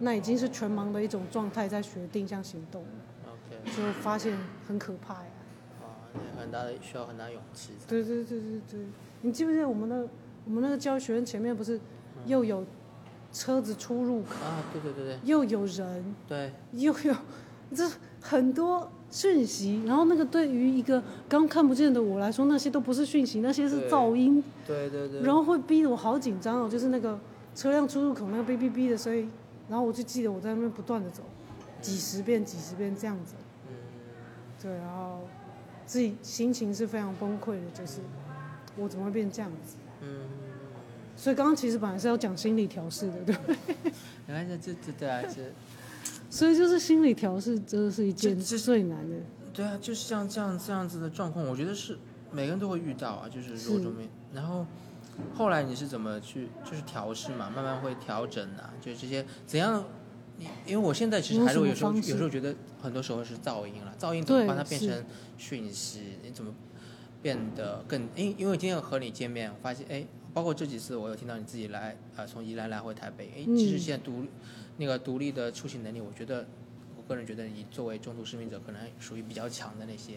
Speaker 2: 那已经是全盲的一种状态在学定向行动，
Speaker 1: OK，
Speaker 2: 就发现很可怕呀。
Speaker 1: 啊，那很大的需要很大勇气才，
Speaker 2: 对对对对对，你记不记得我们那我们那个教育学院前面不是又有车子出入口，
Speaker 1: 啊，对对对对
Speaker 2: 又有人，
Speaker 1: 对，
Speaker 2: 又有这很多讯息，然后那个对于一个刚看不见的我来说，那些都不是讯息，那些是
Speaker 1: 对
Speaker 2: 噪音。
Speaker 1: 对对对，
Speaker 2: 然后会逼得我好紧张哦，就是那个车辆出入口那个哔哔哔的声音，然后我就记得我在那边不断的走，几十遍几十遍这样子，
Speaker 1: 嗯
Speaker 2: 对，然后自己心情是非常崩溃的，就是我怎么会变这样子？
Speaker 1: 嗯，
Speaker 2: 所以刚刚其实本来是要讲心理调试的，对不对？
Speaker 1: 原来这这这对啊，这
Speaker 2: 所以就是心理调试真的是一件
Speaker 1: 这这
Speaker 2: 最难的，
Speaker 1: 对啊，就是像这样这样子的状况，我觉得是每个人都会遇到啊，就是如果
Speaker 2: 是
Speaker 1: 中没，然后后来你是怎么去就是调试嘛，慢慢会调整啊，就是这些怎样。你因为我现在其实
Speaker 2: 有
Speaker 1: 还是
Speaker 2: 什
Speaker 1: 我
Speaker 2: 么
Speaker 1: 有时候
Speaker 2: 方
Speaker 1: 有
Speaker 2: 式
Speaker 1: 时候觉得很多时候是噪音了，噪音怎么
Speaker 2: 对
Speaker 1: 把它变
Speaker 2: 是
Speaker 1: 成讯息？你怎么变得更？因因为今天和你见面，我发现哎，包括这几次我有听到你自己来啊、呃从宜兰来回台北，哎，其实
Speaker 2: 嗯
Speaker 1: 现在独、那个独立的出行能力，我觉得我个人觉得你作为中途失明者，可能属于比较强的那些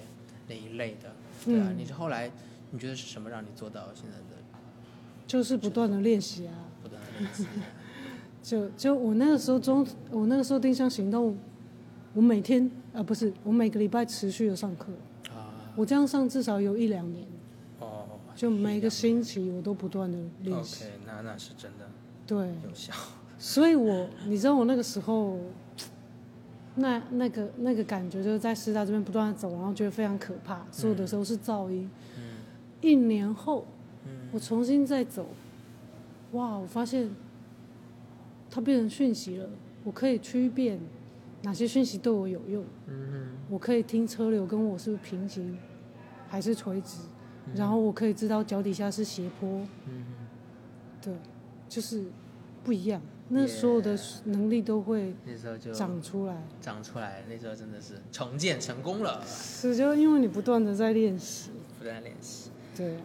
Speaker 1: 那一类的，对啊，
Speaker 2: 嗯
Speaker 1: 你是后来你觉得是什么让你做到现在的
Speaker 2: 就是不断的练习啊。
Speaker 1: 不断的练习？
Speaker 2: 就就我那个时候中，我那个时候定向行动，我每天呃不是，我每个礼拜持续的上课，
Speaker 1: 啊，
Speaker 2: 我这样上至少有一两年，
Speaker 1: 哦，
Speaker 2: 就每个星期我都不断的练习。
Speaker 1: OK，那那是真的
Speaker 2: 对，
Speaker 1: 有效。
Speaker 2: 所以我你知道我那个时候，那那个那个感觉就是在师大这边不断的走，然后觉得非常可怕，所有的都是噪音。
Speaker 1: 嗯
Speaker 2: 一年后，
Speaker 1: 嗯
Speaker 2: 我重新再走，哇，我发现它变成讯息了，我可以区辨哪些讯息对我有用，
Speaker 1: 嗯
Speaker 2: 我可以听车流跟我是不是平行还是垂直，然后我可以知道脚底下是斜坡，
Speaker 1: 嗯，
Speaker 2: 对，就是不一样。那所有的
Speaker 1: Yeah
Speaker 2: 能力都会
Speaker 1: 那时候就
Speaker 2: 长出来，
Speaker 1: 长出来，那时候真的是重建成功了，
Speaker 2: 是就因为你不断的在练习，
Speaker 1: 不断练习。
Speaker 2: 对啊。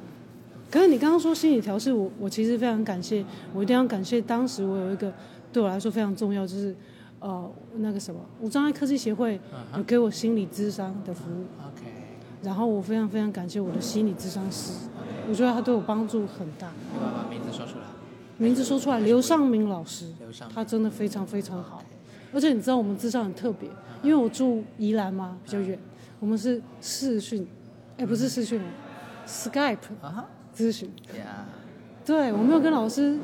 Speaker 2: 可是你刚刚说心理调试，我我其实非常感谢，我一定要感谢当时我有一个对我来说非常重要，就是呃那个什么无障碍科技协会
Speaker 1: 嗯
Speaker 2: 有
Speaker 1: 哼
Speaker 2: 给我心理咨商的服务，
Speaker 1: ，OK，
Speaker 2: 然后我非常非常感谢我的心理咨商师，我觉得他对我帮助很大。
Speaker 1: 你把把名字说出来，
Speaker 2: 名字说出来，刘尚明老师，
Speaker 1: 刘尚明
Speaker 2: 他真的非常非常好。而且你知道我们智商很特别，因为我住宜兰嘛，比较远，
Speaker 1: 嗯
Speaker 2: 我们是视讯，哎，不是视讯哦，Skype
Speaker 1: 啊哈，
Speaker 2: 咨询。
Speaker 1: 呀，
Speaker 2: 对，我没有跟老师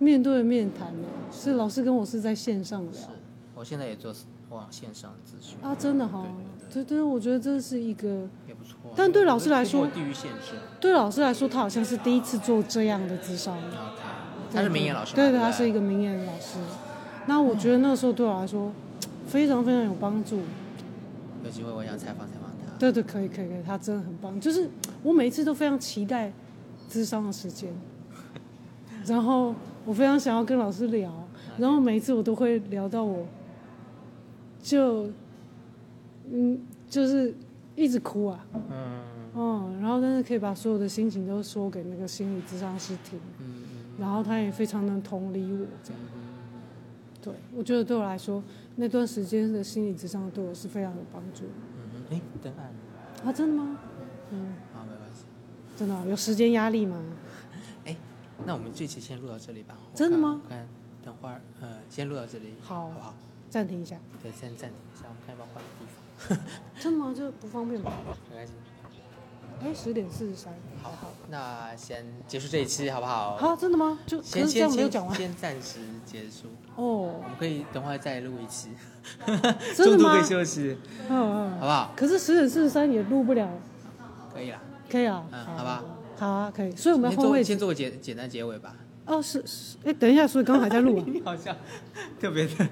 Speaker 2: 面对面谈的，是老师跟我是在线上聊
Speaker 1: 是。，我现在也做往线上咨询，
Speaker 2: 啊，真的哈、对对，我觉得这是一个
Speaker 1: 也不错。
Speaker 2: 但对老师来说
Speaker 1: 突破地域限制
Speaker 2: 对老师来说，他好像是第一次做这样的智商。
Speaker 1: ，OK，他是名言老师嘛，
Speaker 2: 对
Speaker 1: 对嗯
Speaker 2: 的，
Speaker 1: 不
Speaker 2: 他是一个名言老师。那我觉得那时候对我来说非常非常有帮助。
Speaker 1: 有机会我想采访采访他。
Speaker 2: 对对，可以可以可以，他真的很棒。就是我每一次都非常期待智商的时间，然后我非常想要跟老师聊，然后每一次我都会聊到我，就嗯，就是一直哭啊，
Speaker 1: 嗯
Speaker 2: 嗯，然后但是可以把所有的心情都说给那个心理智商师听，
Speaker 1: 嗯
Speaker 2: 然后他也非常能同理我这样。
Speaker 1: 嗯，
Speaker 2: 对，我觉得对我来说，那段时间的心理智商对我是非常有帮助的。
Speaker 1: 嗯哎，登岸，
Speaker 2: 啊，真的吗？嗯，
Speaker 1: 好，没关系。
Speaker 2: 真的哦、有时间压力吗？
Speaker 1: 哎，那我们这期先录到这里吧。我
Speaker 2: 真的
Speaker 1: 看
Speaker 2: 吗
Speaker 1: 我看，等会儿，呃，先录到这里，
Speaker 2: 好
Speaker 1: 好不好？
Speaker 2: 暂停一下。
Speaker 1: 对，先暂停一下，我们看要不要换个地方。
Speaker 2: 真的吗？这不方便吧？
Speaker 1: 没关系。
Speaker 2: 哎，十点四十三。
Speaker 1: 好，好，那先结束这一期，好不好？
Speaker 2: 啊，真的吗？就可
Speaker 1: 先
Speaker 2: 是
Speaker 1: 先
Speaker 2: 这样没有
Speaker 1: 先
Speaker 2: 讲完
Speaker 1: 先暂时结束，
Speaker 2: 哦
Speaker 1: 我。们可以等会儿再录一期，
Speaker 2: 真的
Speaker 1: 中途
Speaker 2: 吗
Speaker 1: 可以休息，
Speaker 2: 嗯嗯。
Speaker 1: 好不好？
Speaker 2: 可是十点四十三也录不了，
Speaker 1: 可以啦，
Speaker 2: 可以啊。
Speaker 1: 嗯，好吧。
Speaker 2: 好啊，可以。所以我们
Speaker 1: 先
Speaker 2: 要换
Speaker 1: 做
Speaker 2: 位置
Speaker 1: 先。做个简简单结尾吧。。
Speaker 2: 哦，是是。哎，等一下，所以刚刚还在录 啊
Speaker 1: 你好像特别 的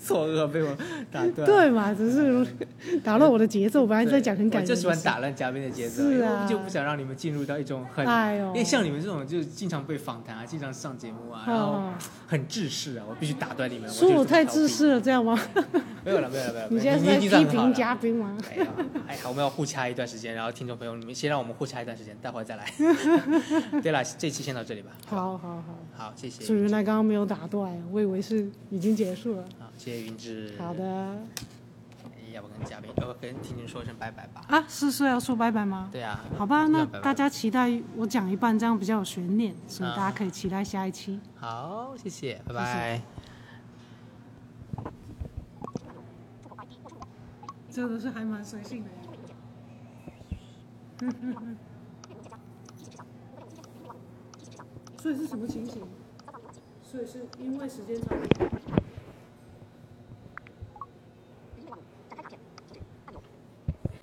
Speaker 1: 错愕被我打断。
Speaker 2: 对嘛，只是 打乱我的节奏，本来哎在讲很感
Speaker 1: 我
Speaker 2: 人
Speaker 1: 就
Speaker 2: 的
Speaker 1: 喜
Speaker 2: 事。
Speaker 1: 欢打乱嘉宾的节奏，
Speaker 2: 是
Speaker 1: 因为
Speaker 2: 啊
Speaker 1: 我就不想让你们进入到一种很，
Speaker 2: 哎呦
Speaker 1: 因为像你们这种就是经常被访谈啊，经常上节目啊，然后
Speaker 2: 哦
Speaker 1: 很自私啊，我必须打断你们。
Speaker 2: 说我
Speaker 1: 我
Speaker 2: 太自
Speaker 1: 私，
Speaker 2: 私了，这样吗？
Speaker 1: 没有了，没有了，没有了。
Speaker 2: 你现
Speaker 1: 你
Speaker 2: 在
Speaker 1: 已
Speaker 2: 是
Speaker 1: 经
Speaker 2: 在
Speaker 1: 很
Speaker 2: 批
Speaker 1: 好
Speaker 2: 评
Speaker 1: 了
Speaker 2: 嘉宾吗？
Speaker 1: 哎呀，哎呀，我们要互掐一段时间，然后听众朋友，你们先让我们互掐一段时间，待会儿再 来。对了，这期先到这里吧。
Speaker 2: 好好好，
Speaker 1: 好，谢谢
Speaker 2: 所以，原来刚刚没有打断，我以为是已经结束了。
Speaker 1: 好，啊谢谢云芝。哎
Speaker 2: 好，的
Speaker 1: 要不跟嘉宾，要不跟听众说声拜拜吧。
Speaker 2: 啊，是是要说拜拜吗？
Speaker 1: 对啊，
Speaker 2: 好吧，那
Speaker 1: 拜拜
Speaker 2: 大家期待我讲一半，这样比较有悬念，所以
Speaker 1: 啊
Speaker 2: 大家可以期待下一期。
Speaker 1: 好，谢谢，拜拜。
Speaker 2: 真的是还蛮随 性的。所以是什么情形？所以是因为时间长。